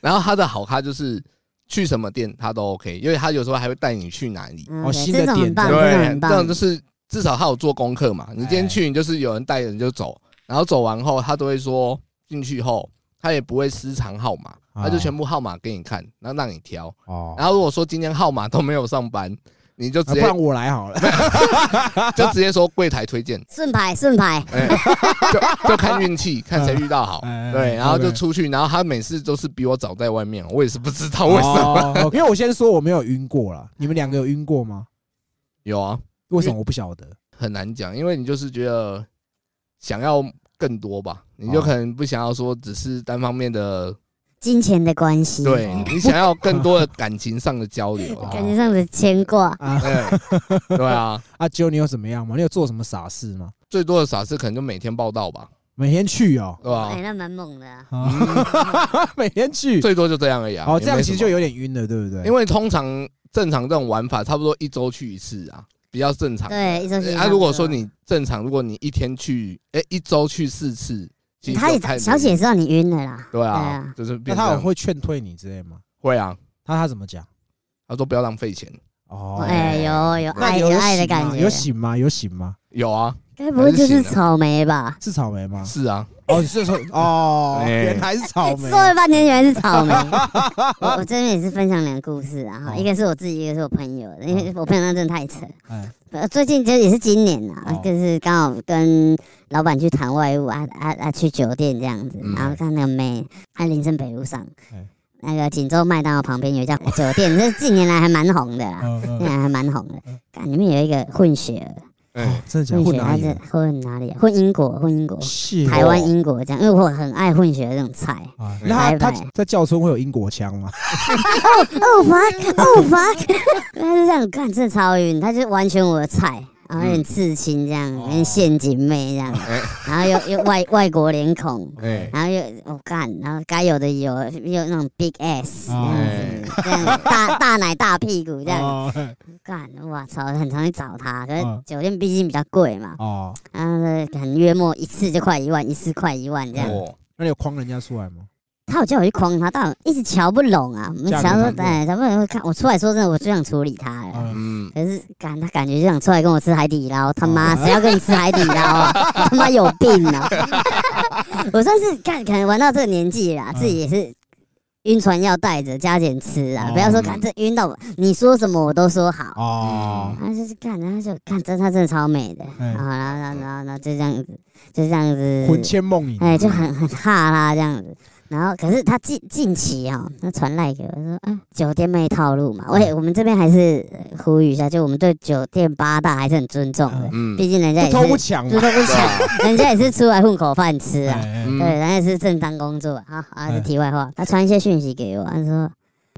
[SPEAKER 2] 然后他的好咖就是去什么店他都 OK，因为他有时候还会带你去哪里，
[SPEAKER 1] 哦
[SPEAKER 3] 对
[SPEAKER 1] 新的
[SPEAKER 3] 嗯这
[SPEAKER 1] 点
[SPEAKER 3] 种很棒，
[SPEAKER 1] 子
[SPEAKER 3] 这种
[SPEAKER 2] 对
[SPEAKER 3] 很，
[SPEAKER 2] 这种就
[SPEAKER 3] 棒。
[SPEAKER 2] 是至少他有做功课嘛。你今天去，你就是有人带人就走，然后走完后，他都会说进去后，他也不会私藏号码，
[SPEAKER 1] 哦
[SPEAKER 2] 他就全部号码给你看，然后让你挑。
[SPEAKER 1] 哦，
[SPEAKER 2] 然后如果说今天号码都没有上班，你就直
[SPEAKER 1] 啊不
[SPEAKER 2] 接
[SPEAKER 1] 然我来好了，
[SPEAKER 2] 就直接说柜台 推荐，
[SPEAKER 3] 顺牌顺牌，
[SPEAKER 2] 哎，就就看运气，看谁遇到好
[SPEAKER 1] 哎哎。
[SPEAKER 2] 对，然后就
[SPEAKER 1] OK
[SPEAKER 2] 出去，然后他每次都是比我早在外面，我也是不知道为什么。
[SPEAKER 1] 哦，因为我先说我没有晕过啦，你们两个有晕过吗？
[SPEAKER 2] 有啊，
[SPEAKER 1] 为什么我不晓得？
[SPEAKER 2] 很难讲，因为你就是觉得想要更多
[SPEAKER 1] 哦
[SPEAKER 2] 吧，你就可能不想要说只是单方面的，
[SPEAKER 3] 金钱的关系，
[SPEAKER 2] 对
[SPEAKER 1] 哦
[SPEAKER 2] 你想要更多的感情上的交 流啊，哎
[SPEAKER 3] 感觉上的牵挂。
[SPEAKER 1] 啊
[SPEAKER 2] 对对啊，
[SPEAKER 1] 啊，九，你有怎么样吗？你有做什么傻事吗？
[SPEAKER 2] 最多的傻事可能就每天报道吧，
[SPEAKER 1] 每天去哦，
[SPEAKER 2] 对
[SPEAKER 3] 哎，
[SPEAKER 2] 吧？
[SPEAKER 3] 那蛮猛的啊。
[SPEAKER 1] 每天去，
[SPEAKER 2] 最多就这样而已啊。
[SPEAKER 1] 哦，
[SPEAKER 2] 也没
[SPEAKER 1] 这样其实
[SPEAKER 2] 什
[SPEAKER 1] 就
[SPEAKER 2] 么
[SPEAKER 1] 有点晕了，对不对？
[SPEAKER 2] 因为通常正常这种玩法，差不多一周去一次啊，比较正常。
[SPEAKER 3] 对，一周去一次
[SPEAKER 2] 啊，如果说
[SPEAKER 3] 差不多
[SPEAKER 2] 你正常，如果你一天去，哎，一周去四次，其实
[SPEAKER 3] 他
[SPEAKER 2] 就
[SPEAKER 3] 也
[SPEAKER 2] 太
[SPEAKER 3] 小姐也知道你晕了啦。
[SPEAKER 2] 对
[SPEAKER 3] 对
[SPEAKER 2] 啊
[SPEAKER 3] 啊，
[SPEAKER 2] 就是
[SPEAKER 1] 那
[SPEAKER 2] 变
[SPEAKER 1] 他有
[SPEAKER 2] 成
[SPEAKER 1] 会劝退你之类吗？
[SPEAKER 2] 会啊，
[SPEAKER 1] 他他怎么讲？
[SPEAKER 2] 他说不要浪费钱，
[SPEAKER 1] 哦，
[SPEAKER 3] 哎，有有
[SPEAKER 1] 那
[SPEAKER 3] 爱
[SPEAKER 1] 有
[SPEAKER 3] 有爱的
[SPEAKER 1] 醒吗
[SPEAKER 3] 感觉
[SPEAKER 1] 有，醒吗？有醒吗？
[SPEAKER 2] 有啊，
[SPEAKER 3] 该不会就是草莓吧？
[SPEAKER 1] 是草莓 吗？
[SPEAKER 2] 是啊，
[SPEAKER 1] 哦，你是说哦，
[SPEAKER 2] 哎
[SPEAKER 1] 原来是 草莓
[SPEAKER 3] 说。了半天原来是 草莓。我我这边也是分享两个故事啊，哈
[SPEAKER 1] 哦
[SPEAKER 3] 一个是我自己，一个是我朋友的，因为我朋友那真的太扯。
[SPEAKER 1] 哎，
[SPEAKER 3] 呃，最近就也是今年啦，啊
[SPEAKER 1] 哦
[SPEAKER 3] 就是刚好跟老板去谈外务啊啊啊，去酒店这样子，
[SPEAKER 2] 嗯
[SPEAKER 3] 然后看那个妹，她林森北路上
[SPEAKER 1] 哎，
[SPEAKER 3] 那个锦州麦当劳旁边有一家酒店， 这近年来还蛮红的啦，
[SPEAKER 1] 嗯
[SPEAKER 3] 近
[SPEAKER 1] 嗯
[SPEAKER 3] 年来还蛮红的。看里面有一个混血儿，
[SPEAKER 2] 嗯，
[SPEAKER 1] 哦真的假的？混哪
[SPEAKER 3] 混血他
[SPEAKER 1] 里
[SPEAKER 3] 是
[SPEAKER 1] 啊？
[SPEAKER 3] 混哪里啊？混英国，混英国，
[SPEAKER 1] 是
[SPEAKER 3] 台湾英国这样，因为我很爱混血的这种菜。
[SPEAKER 1] 啊那他
[SPEAKER 3] 拜拜
[SPEAKER 1] 他在教村会有英国腔吗？
[SPEAKER 3] 哦 fuck，哦 fuck，他 就这样看，真的超晕，他就完全我的菜。然后有点刺青
[SPEAKER 1] 嗯
[SPEAKER 3] 这样，有点陷阱妹这样，
[SPEAKER 1] 哦
[SPEAKER 3] 然后又又外外国脸孔，
[SPEAKER 2] 哎，
[SPEAKER 3] 然后又我干、然后该有的有，又那种 big ass
[SPEAKER 1] 嗯
[SPEAKER 3] 这样
[SPEAKER 2] 哎
[SPEAKER 3] 子，这样大大奶大屁股这样
[SPEAKER 1] 哦哎
[SPEAKER 3] 干，我操，很常去找他，可是
[SPEAKER 1] 嗯
[SPEAKER 3] 酒店毕竟比较贵嘛，
[SPEAKER 1] 哦，
[SPEAKER 3] 然后可能约莫一次就快一万，一次快一万这样。
[SPEAKER 2] 哦，
[SPEAKER 1] 那你有框人家出来吗？
[SPEAKER 3] 他有叫我去框他，但我一直瞧不拢啊。我们
[SPEAKER 1] 价格
[SPEAKER 3] 瞧
[SPEAKER 1] 蛮
[SPEAKER 3] 说，
[SPEAKER 1] 贵
[SPEAKER 3] 哎，瞧不拢，看我出来说真的，我就想处理他了。
[SPEAKER 1] 嗯
[SPEAKER 2] 嗯，
[SPEAKER 3] 可是感他感觉就想出来跟我吃海底捞，他妈
[SPEAKER 1] 哦
[SPEAKER 3] 谁要跟你吃海底捞 啊？他妈有病啊！ 我算是干，可能玩到这个年纪了啊，
[SPEAKER 1] 嗯
[SPEAKER 3] 自己也是晕船药带着加减吃啊
[SPEAKER 1] 哦，
[SPEAKER 3] 不要说看这晕到我你说什么我都说好。
[SPEAKER 1] 哦，
[SPEAKER 3] 他就是干，他就看真，他真的超美的，
[SPEAKER 1] 哎
[SPEAKER 3] 然后然后然后然后然后就这样子，就这样子，
[SPEAKER 1] 魂牵梦萦。
[SPEAKER 3] 哎，就很很哈啦这样子。然后，可是他近近期哈、哦，他传赖给我说，啊，酒店妹套路嘛，我也我们这边还是呃呼吁一下，就我们对酒店八大还是很尊重的，
[SPEAKER 2] 嗯，啊
[SPEAKER 3] 毕竟人家
[SPEAKER 1] 不
[SPEAKER 3] 也
[SPEAKER 1] 偷不
[SPEAKER 3] 是，
[SPEAKER 1] 抢
[SPEAKER 3] 就
[SPEAKER 1] 嘛。
[SPEAKER 3] 都不抢， 人家也是出来混口饭吃啊，
[SPEAKER 1] 哎哎
[SPEAKER 2] 嗯
[SPEAKER 3] 对，人家也是正当工作啊，啊，
[SPEAKER 1] 哎
[SPEAKER 3] 是题外话，他传一些讯息给我，他说。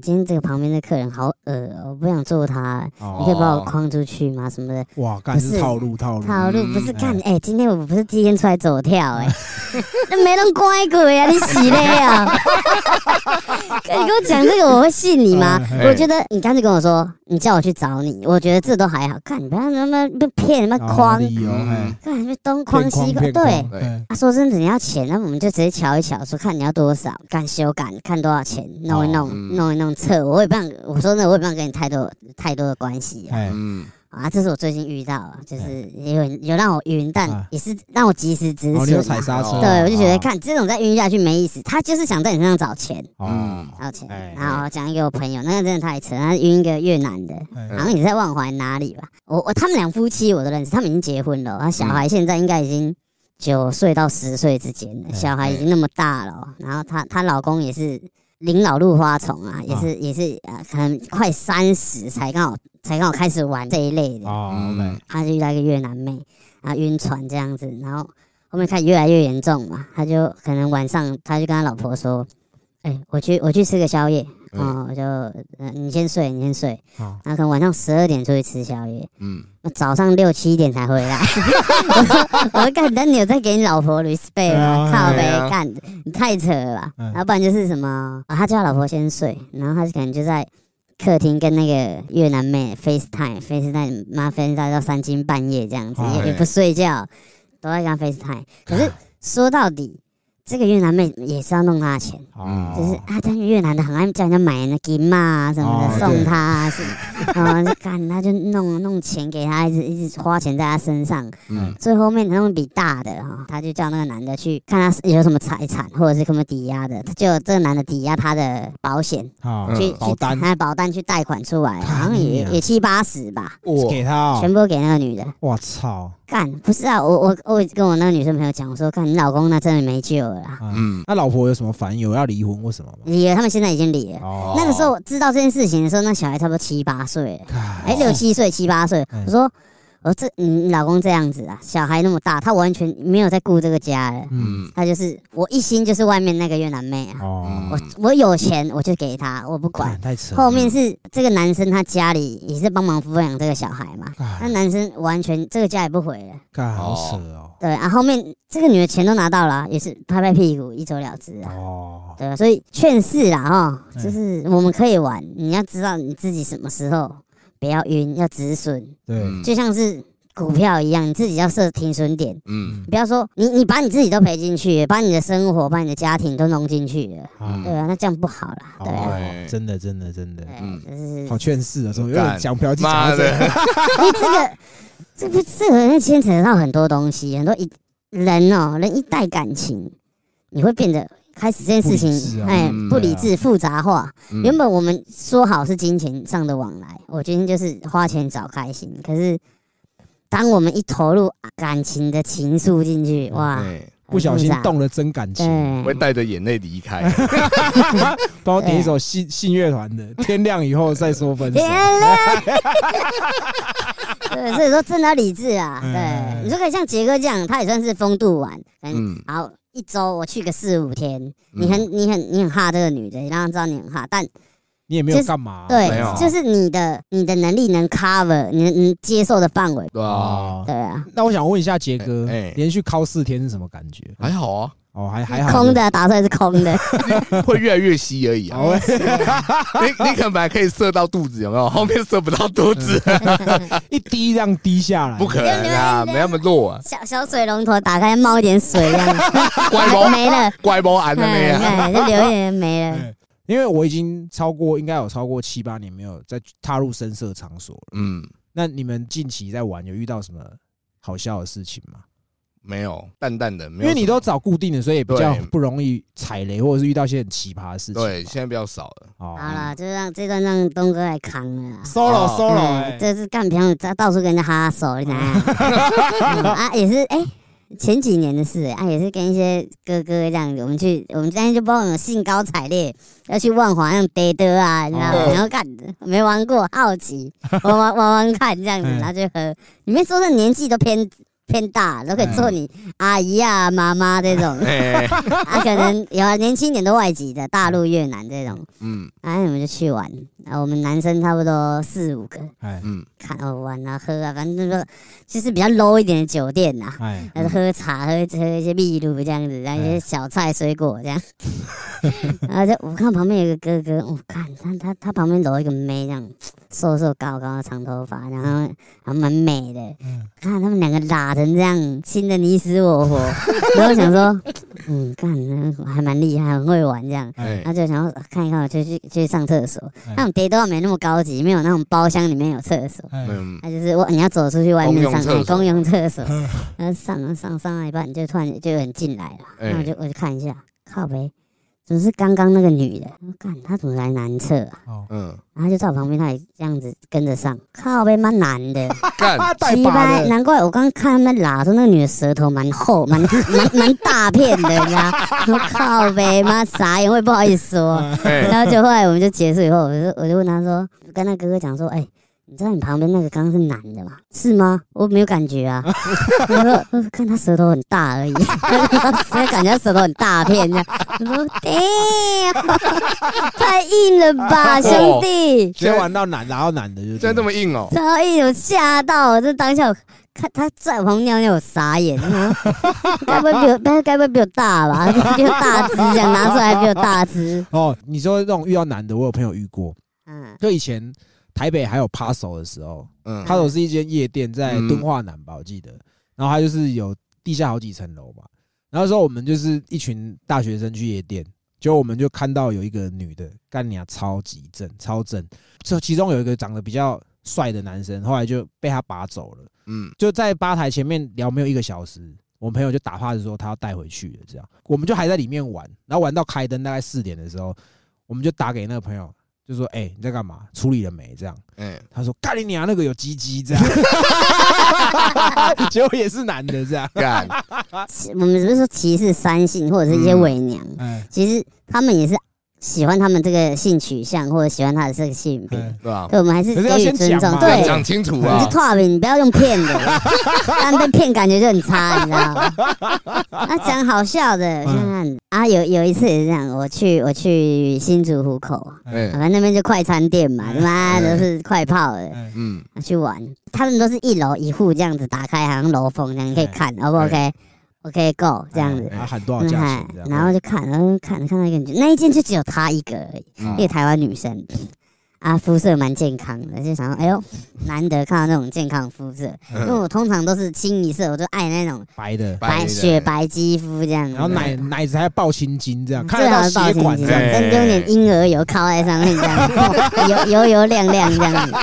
[SPEAKER 3] 今天这个旁边的客人好恶哦，我不想做他，你可以
[SPEAKER 1] 哦，
[SPEAKER 3] 把我框出去吗？什么的，
[SPEAKER 1] 哇，干
[SPEAKER 3] 不
[SPEAKER 1] 是
[SPEAKER 3] 是
[SPEAKER 1] 套路套路。
[SPEAKER 3] 套路
[SPEAKER 2] 嗯
[SPEAKER 3] 不是
[SPEAKER 1] 哎
[SPEAKER 3] 干哎、今天我不是第一天出来走跳哎、 那没人乖鬼啊，你洗嘞啊！ 哎你跟我讲这个，我会信你吗？
[SPEAKER 2] 嗯
[SPEAKER 1] 哎
[SPEAKER 3] 我觉得你干脆跟我说，你叫我去找你，我觉得这都还好。看，你不要他妈被骗，他妈框，
[SPEAKER 1] 哦理由哎
[SPEAKER 2] 嗯，
[SPEAKER 3] 看什么东框
[SPEAKER 1] 骗
[SPEAKER 3] 西框，
[SPEAKER 1] 框
[SPEAKER 3] 对
[SPEAKER 1] 骗。
[SPEAKER 2] 对
[SPEAKER 1] 框哎
[SPEAKER 3] 啊，说真的，你要钱，那我们就直接瞧一瞧，说看你要多少，敢修改，看多少钱，弄一弄，
[SPEAKER 2] 嗯
[SPEAKER 3] 弄一弄测。我也不想，我说真的，我也不想跟你太多太多的关系啊。
[SPEAKER 1] 哎，
[SPEAKER 2] 嗯，
[SPEAKER 3] 啊，这是我最近遇到的，就是有有让我晕，但
[SPEAKER 1] 啊
[SPEAKER 3] 也是让我及时止
[SPEAKER 1] 然后你
[SPEAKER 3] 损
[SPEAKER 1] 有
[SPEAKER 3] 啊、
[SPEAKER 1] 踩刹车啊，
[SPEAKER 3] 对，我就觉得
[SPEAKER 1] 啊，
[SPEAKER 3] 看这种再晕下去没意思，他就是想在你身上找钱，
[SPEAKER 1] 哦，
[SPEAKER 2] 嗯
[SPEAKER 3] 找钱
[SPEAKER 1] 哎。
[SPEAKER 3] 然后我讲给我朋友，那个真的太扯，他晕一个越南的，
[SPEAKER 1] 哎
[SPEAKER 3] 好像也在万环哪里吧。我我他们两夫妻我都认识，他们已经结婚了，他
[SPEAKER 1] 嗯
[SPEAKER 3] 小孩现在应该已经九岁到十岁之间了，
[SPEAKER 1] 嗯
[SPEAKER 3] 小孩已经那么大了哦。然后她她老公也是临老入花丛啊，也是也是呃，可能快三十才刚好才刚好开始玩这一类的，
[SPEAKER 1] 哦
[SPEAKER 2] 嗯
[SPEAKER 1] ，OK，
[SPEAKER 3] 他就遇到一个越南妹，然后晕船这样子，然后后面看越来越严重嘛，他就可能晚上他就跟他老婆说：“哎、我去我去吃个宵夜。”哦，我就、呃、你先睡，你先睡。
[SPEAKER 1] 好，
[SPEAKER 3] 然后可能晚上十二点出去吃宵夜，
[SPEAKER 2] 嗯，
[SPEAKER 3] 那早上六七点才回来。 我说干，那你有在给你老婆
[SPEAKER 1] 对
[SPEAKER 3] respect 吗？
[SPEAKER 1] 啊
[SPEAKER 3] 靠
[SPEAKER 2] 对
[SPEAKER 3] 呗
[SPEAKER 2] 啊，
[SPEAKER 3] 干，你太扯了吧。
[SPEAKER 1] 嗯
[SPEAKER 3] 然后不然就是什么，啊、他叫他老婆先睡，然后他就可能就在客厅跟那个越南妹 FaceTime，FaceTime 妈 FaceTime 到三更半夜这样子，
[SPEAKER 1] 啊
[SPEAKER 3] 也也
[SPEAKER 2] 对
[SPEAKER 3] 不睡觉，都在跟他 FaceTime。可是说到底，这个越南妹也是要弄他的钱。
[SPEAKER 1] 哦，
[SPEAKER 3] 就是啊，但是越南的很爱叫人家买那金嘛、啊、什么的、
[SPEAKER 1] 哦
[SPEAKER 3] 送
[SPEAKER 1] 对
[SPEAKER 3] 他、啊，是啊，就干他就弄弄钱给他，一直一直花钱在他身上。
[SPEAKER 2] 嗯
[SPEAKER 3] 最后面他们比大的哈、他就叫那个男的去看他是有什么财产或者是什么抵押的，就这个男的抵押他的保险，
[SPEAKER 1] 好
[SPEAKER 2] 嗯
[SPEAKER 3] 去
[SPEAKER 1] 呃保单
[SPEAKER 3] 他的保单去贷款出来，好像
[SPEAKER 1] 干
[SPEAKER 3] 也
[SPEAKER 1] 你啊
[SPEAKER 3] 也七八十吧，
[SPEAKER 2] 我
[SPEAKER 1] 给他哦，
[SPEAKER 3] 全部给那个女的。
[SPEAKER 1] 我操，
[SPEAKER 3] 干不是啊，我我我跟我那个女生朋友讲，我说干你老公那真的没救了啊啦，
[SPEAKER 1] 嗯，
[SPEAKER 2] 嗯，
[SPEAKER 1] 那老婆有什么反应？有要离婚或什么吗？
[SPEAKER 3] 离了，他们现在已经离了。
[SPEAKER 1] 哦，
[SPEAKER 3] 那个时候我知道这件事情的时候，那小孩差不多七八岁了，哎、
[SPEAKER 1] 哎
[SPEAKER 3] 六七岁、七八岁。
[SPEAKER 1] 嗯
[SPEAKER 3] 我说，我说这你老公这样子啊，小孩那么大，他完全没有在顾这个家了，
[SPEAKER 1] 嗯，
[SPEAKER 2] 嗯
[SPEAKER 3] 他就是我一心就是外面那个越南妹啊，
[SPEAKER 1] 哦，
[SPEAKER 3] 我我有钱我就给他，我不管
[SPEAKER 1] 干。太扯了，
[SPEAKER 3] 后面是这个男生他家里也是帮忙抚养这个小孩嘛，那
[SPEAKER 1] 干
[SPEAKER 3] 男生完全这个家也不回了。
[SPEAKER 1] 哎干好扯哦，
[SPEAKER 3] 对啊，后面这个女的钱都拿到了啊，也是拍拍屁股一走了之啊。
[SPEAKER 1] 哦，
[SPEAKER 3] 对啊，所以劝世啦哈，
[SPEAKER 1] 嗯
[SPEAKER 3] 就是我们可以玩，你要知道你自己什么时候不要晕，要止损，
[SPEAKER 1] 对，
[SPEAKER 2] 嗯
[SPEAKER 3] 就像是股票一样，你自己要设停损点，
[SPEAKER 2] 嗯
[SPEAKER 3] 不要说你你把你自己都赔进去，把你的生活、把你的家庭都弄进去了，
[SPEAKER 1] 啊
[SPEAKER 2] 嗯
[SPEAKER 3] 对啊，那这样不好啦，对啊，
[SPEAKER 1] 哦，真的真的真的，
[SPEAKER 3] 对
[SPEAKER 2] 嗯，
[SPEAKER 3] 就是
[SPEAKER 1] 好劝世啊，怎么有点
[SPEAKER 2] 干
[SPEAKER 1] 讲嫖妓讲
[SPEAKER 2] 妈
[SPEAKER 1] 到这个，
[SPEAKER 2] 的，
[SPEAKER 3] 因为这个这个这个牵扯到很多东西，很多一人哦，人一带感情，你会变得开始这件事
[SPEAKER 1] 不理智
[SPEAKER 3] 情，
[SPEAKER 1] 啊
[SPEAKER 3] 哎
[SPEAKER 2] 嗯，
[SPEAKER 3] 不理智、复杂化。原
[SPEAKER 2] 嗯
[SPEAKER 3] 本我们说好是金钱上的往来，我今天就是花钱找开心。可是，当我们一投入感情的情愫进去，哇，很
[SPEAKER 2] 嗯对
[SPEAKER 1] 不小心
[SPEAKER 3] 复杂
[SPEAKER 1] 动了真感情，啊
[SPEAKER 2] 会
[SPEAKER 3] 对，
[SPEAKER 2] 带着眼泪离开。
[SPEAKER 1] 帮我点一首信信乐团的《天亮以后再说分手
[SPEAKER 3] 天》，亮。对，所以说真的要理智啊。对，
[SPEAKER 1] 嗯
[SPEAKER 3] 你说可以像杰哥这样，他也算是风度完，嗯，
[SPEAKER 2] 嗯，
[SPEAKER 3] 然后一周我去个四五天，
[SPEAKER 1] 嗯
[SPEAKER 3] 你很你很你很哈这个女的，你让她知道你很哈，但
[SPEAKER 1] 你也没有干嘛，啊
[SPEAKER 3] 对
[SPEAKER 2] 没有，啊哦
[SPEAKER 3] 就是你的你的能力能 cover，你能你接受的范围，
[SPEAKER 2] 对啊，
[SPEAKER 1] 哦。
[SPEAKER 3] 对啊，
[SPEAKER 1] 那我想问一下杰哥
[SPEAKER 2] 哎哎，
[SPEAKER 1] 连续敲四天是什么感觉？
[SPEAKER 2] 还好啊，
[SPEAKER 1] 哦，还还好，
[SPEAKER 3] 空的打出来是空的。
[SPEAKER 2] 会越来越稀而已啊。
[SPEAKER 1] 哦。
[SPEAKER 2] 你 你可能本来可以射到肚子，有没有？后面射不到肚子，
[SPEAKER 1] 一滴这样滴下来，
[SPEAKER 2] 不可能啊，没那么弱啊，
[SPEAKER 3] 小小水龙头打开冒一点水，这样
[SPEAKER 2] 乖
[SPEAKER 3] 啊
[SPEAKER 2] 包
[SPEAKER 3] 没了，
[SPEAKER 2] 乖包安的那
[SPEAKER 3] 哎
[SPEAKER 2] 样。啊
[SPEAKER 3] 哎，这留言没了。
[SPEAKER 1] 哎因为我已经超过，应该有超过七八年没有再踏入深色场所了。
[SPEAKER 2] 嗯，
[SPEAKER 1] 那你们近期在玩，有遇到什么好笑的事情吗？
[SPEAKER 2] 没有，淡淡的，没
[SPEAKER 1] 因
[SPEAKER 2] 有
[SPEAKER 1] 为
[SPEAKER 2] 什么。
[SPEAKER 1] 你都找固定的，所以也比较
[SPEAKER 2] 对
[SPEAKER 1] 不容易踩雷，或者是遇到一些很奇葩的事情吧。
[SPEAKER 2] 对，现在比较少 了。
[SPEAKER 1] 哦
[SPEAKER 3] 好了，就让这段让东哥来扛了啊啦。
[SPEAKER 1] ，solo
[SPEAKER 2] 哦
[SPEAKER 1] solo，
[SPEAKER 3] 嗯
[SPEAKER 1] 哎
[SPEAKER 3] 这是干平，他到处跟人家哈手，你知道吗嗯啊，也是哎。前几年的事啊，也是跟一些哥哥这样，我们去，我们今天就帮我们兴高采烈要去万华那种逮的啊，你知道吗？
[SPEAKER 2] 哦，
[SPEAKER 3] 然后干没玩过，好奇玩玩玩玩看这样子，
[SPEAKER 1] 嗯
[SPEAKER 3] 然后就喝。你们说这年纪都偏偏大，都可以做你阿姨啊、妈妈这种
[SPEAKER 2] 哎，
[SPEAKER 3] 啊，可能有啊年轻一点的外籍的，大陆、越南这种，
[SPEAKER 2] 嗯
[SPEAKER 3] 然后我们就去玩。啊，我们男生差不多四五个，
[SPEAKER 1] 哎
[SPEAKER 2] 嗯
[SPEAKER 3] 看哦玩啊喝啊，反正就是就是比较 low 一点的酒店呐、
[SPEAKER 1] 哎，
[SPEAKER 3] 然后喝茶喝喝一些秘鲁这样子，然后一些
[SPEAKER 1] 哎
[SPEAKER 3] 小菜水果这样。 然后就我看旁边有个哥哥，我、看他他他旁边搂一个妹这样，瘦瘦高高长头发，然后还蛮 美的。看他们两个拉成这样，亲的你死我活，然后我想说，嗯，看嗯还蛮厉害，很会玩这样。
[SPEAKER 1] 哎，
[SPEAKER 3] 他就想要看一看，我就去去上厕所
[SPEAKER 1] 哎。
[SPEAKER 3] 那种蝶都没那么高级，没有那种包厢里面有厕所，
[SPEAKER 1] 哎
[SPEAKER 2] 嗯，
[SPEAKER 3] 他啊就是我你要走出去外面
[SPEAKER 2] 公用
[SPEAKER 3] 上
[SPEAKER 2] 厕
[SPEAKER 3] 哎
[SPEAKER 2] 所
[SPEAKER 3] 公用 厕所，然后上啊上上到一半，就突然就有人进来了，
[SPEAKER 2] 哎
[SPEAKER 3] 那我就我就看一下，靠呗，怎么是刚刚那个女的？我看她怎么来男厕啊？
[SPEAKER 1] 哦，
[SPEAKER 2] 嗯，
[SPEAKER 3] 然后就在我旁边，他也这样子跟着上，靠呗，蛮难的，
[SPEAKER 2] 干，
[SPEAKER 1] 他带
[SPEAKER 3] 鸡
[SPEAKER 1] 把
[SPEAKER 3] 巴，
[SPEAKER 1] 的，
[SPEAKER 3] 难怪我刚看他们拉说那个女的舌头蛮厚，蛮蛮蛮大片的，你知道？我靠呗，妈傻眼，我也不好意思说。
[SPEAKER 2] 哎，
[SPEAKER 3] 然后就后来我们就结束以后，我就我就问他说，跟他哥哥讲说，哎、你知道你旁边那个刚刚是男的吗？是吗？我没有感觉啊。 我说，我看他舌头很大而已， 所以感觉他舌头很大片这样。我说，damn，太硬了吧，兄弟。
[SPEAKER 1] 直接玩到男，然后男的就
[SPEAKER 2] 现在这么 硬哦，
[SPEAKER 3] 超硬，我吓到我，这当下我看他在我旁边尿尿，我傻眼，我说该不会比我，该该不会比我大吧？ 比我大只，这样拿出来比我大只，
[SPEAKER 1] 哦，你说这种遇到男的，我有朋友遇过，
[SPEAKER 3] 嗯，
[SPEAKER 1] 就以前台北还有 p a s o 的时候，
[SPEAKER 2] 嗯，
[SPEAKER 1] p a s o 是一间夜店，在
[SPEAKER 2] 嗯
[SPEAKER 1] 敦化南吧，我记得，然后它就是有地下好几层楼嘛，然后那时候我们就是一群大学生去夜店。结果我们就看到有一个女的，干你啊，超级正，超正。这其中有一个长得比较帅的男生，后来就被他拔走了。
[SPEAKER 2] 嗯，
[SPEAKER 1] 就在吧台前面聊没有一个小时，我们朋友就打 pass 说他要带回去了，这样我们就还在里面玩，然后玩到开灯大概四点的时候，我们就打给那个朋友，就说：“哎、你在干嘛？处理了没？”这样
[SPEAKER 2] 哎，
[SPEAKER 1] 他说：“干你娘，那个有鸡鸡。” 这样，结果也是男的这样，
[SPEAKER 2] 干，
[SPEAKER 3] 我们只是说歧视三性或者是一些伪娘，
[SPEAKER 1] 哎
[SPEAKER 3] 其实他们也是喜欢他们这个性取向或者喜欢他的这个性别，
[SPEAKER 1] 哎，
[SPEAKER 2] 对吧？
[SPEAKER 3] 对，我们还是
[SPEAKER 1] 可是要
[SPEAKER 3] 给予
[SPEAKER 1] 先
[SPEAKER 3] 尊
[SPEAKER 1] 讲嘛
[SPEAKER 3] 重，对
[SPEAKER 1] 要。
[SPEAKER 2] 讲清楚
[SPEAKER 3] 你
[SPEAKER 2] 啊
[SPEAKER 3] 是，拓饼，你不要用骗的， 但被骗感觉就很差，你知道吗？那讲好笑
[SPEAKER 1] 嗯
[SPEAKER 3] 的，像看啊，有有一次也是这样，我去我去新竹湖口，啊
[SPEAKER 2] 哎，
[SPEAKER 3] 反正那边就快餐店嘛，他妈都是快泡
[SPEAKER 1] 哎
[SPEAKER 3] 的，
[SPEAKER 2] 嗯，
[SPEAKER 3] 去玩，他们都是一楼一户这样子打开，好像楼缝这样，你可以看，O 不 OK？OK Go 这样子，
[SPEAKER 1] 哎他喊多少价钱这样，
[SPEAKER 3] 嗯然后就看，然后看看到一个女，那一间就只有她一个而已，
[SPEAKER 2] 嗯
[SPEAKER 3] 一个台湾女生，啊，肤色蛮健康的，就想说，哎 呦，难得看到那种健康肤色，因为我通常都是清一色，我就爱那种
[SPEAKER 1] 嗯白的，哎
[SPEAKER 2] 白
[SPEAKER 3] 白
[SPEAKER 2] 的
[SPEAKER 3] 雪白肌肤这样子，嗯
[SPEAKER 1] 然后奶奶子还爆青筋这样，看
[SPEAKER 3] 最
[SPEAKER 1] 得
[SPEAKER 3] 好
[SPEAKER 1] 到
[SPEAKER 3] 是抱
[SPEAKER 1] 血
[SPEAKER 3] 胸
[SPEAKER 1] 管
[SPEAKER 3] 肌，
[SPEAKER 1] 这样，
[SPEAKER 2] 哎
[SPEAKER 3] 再丢点婴儿油靠在上面这样， 油油油亮亮 这样子。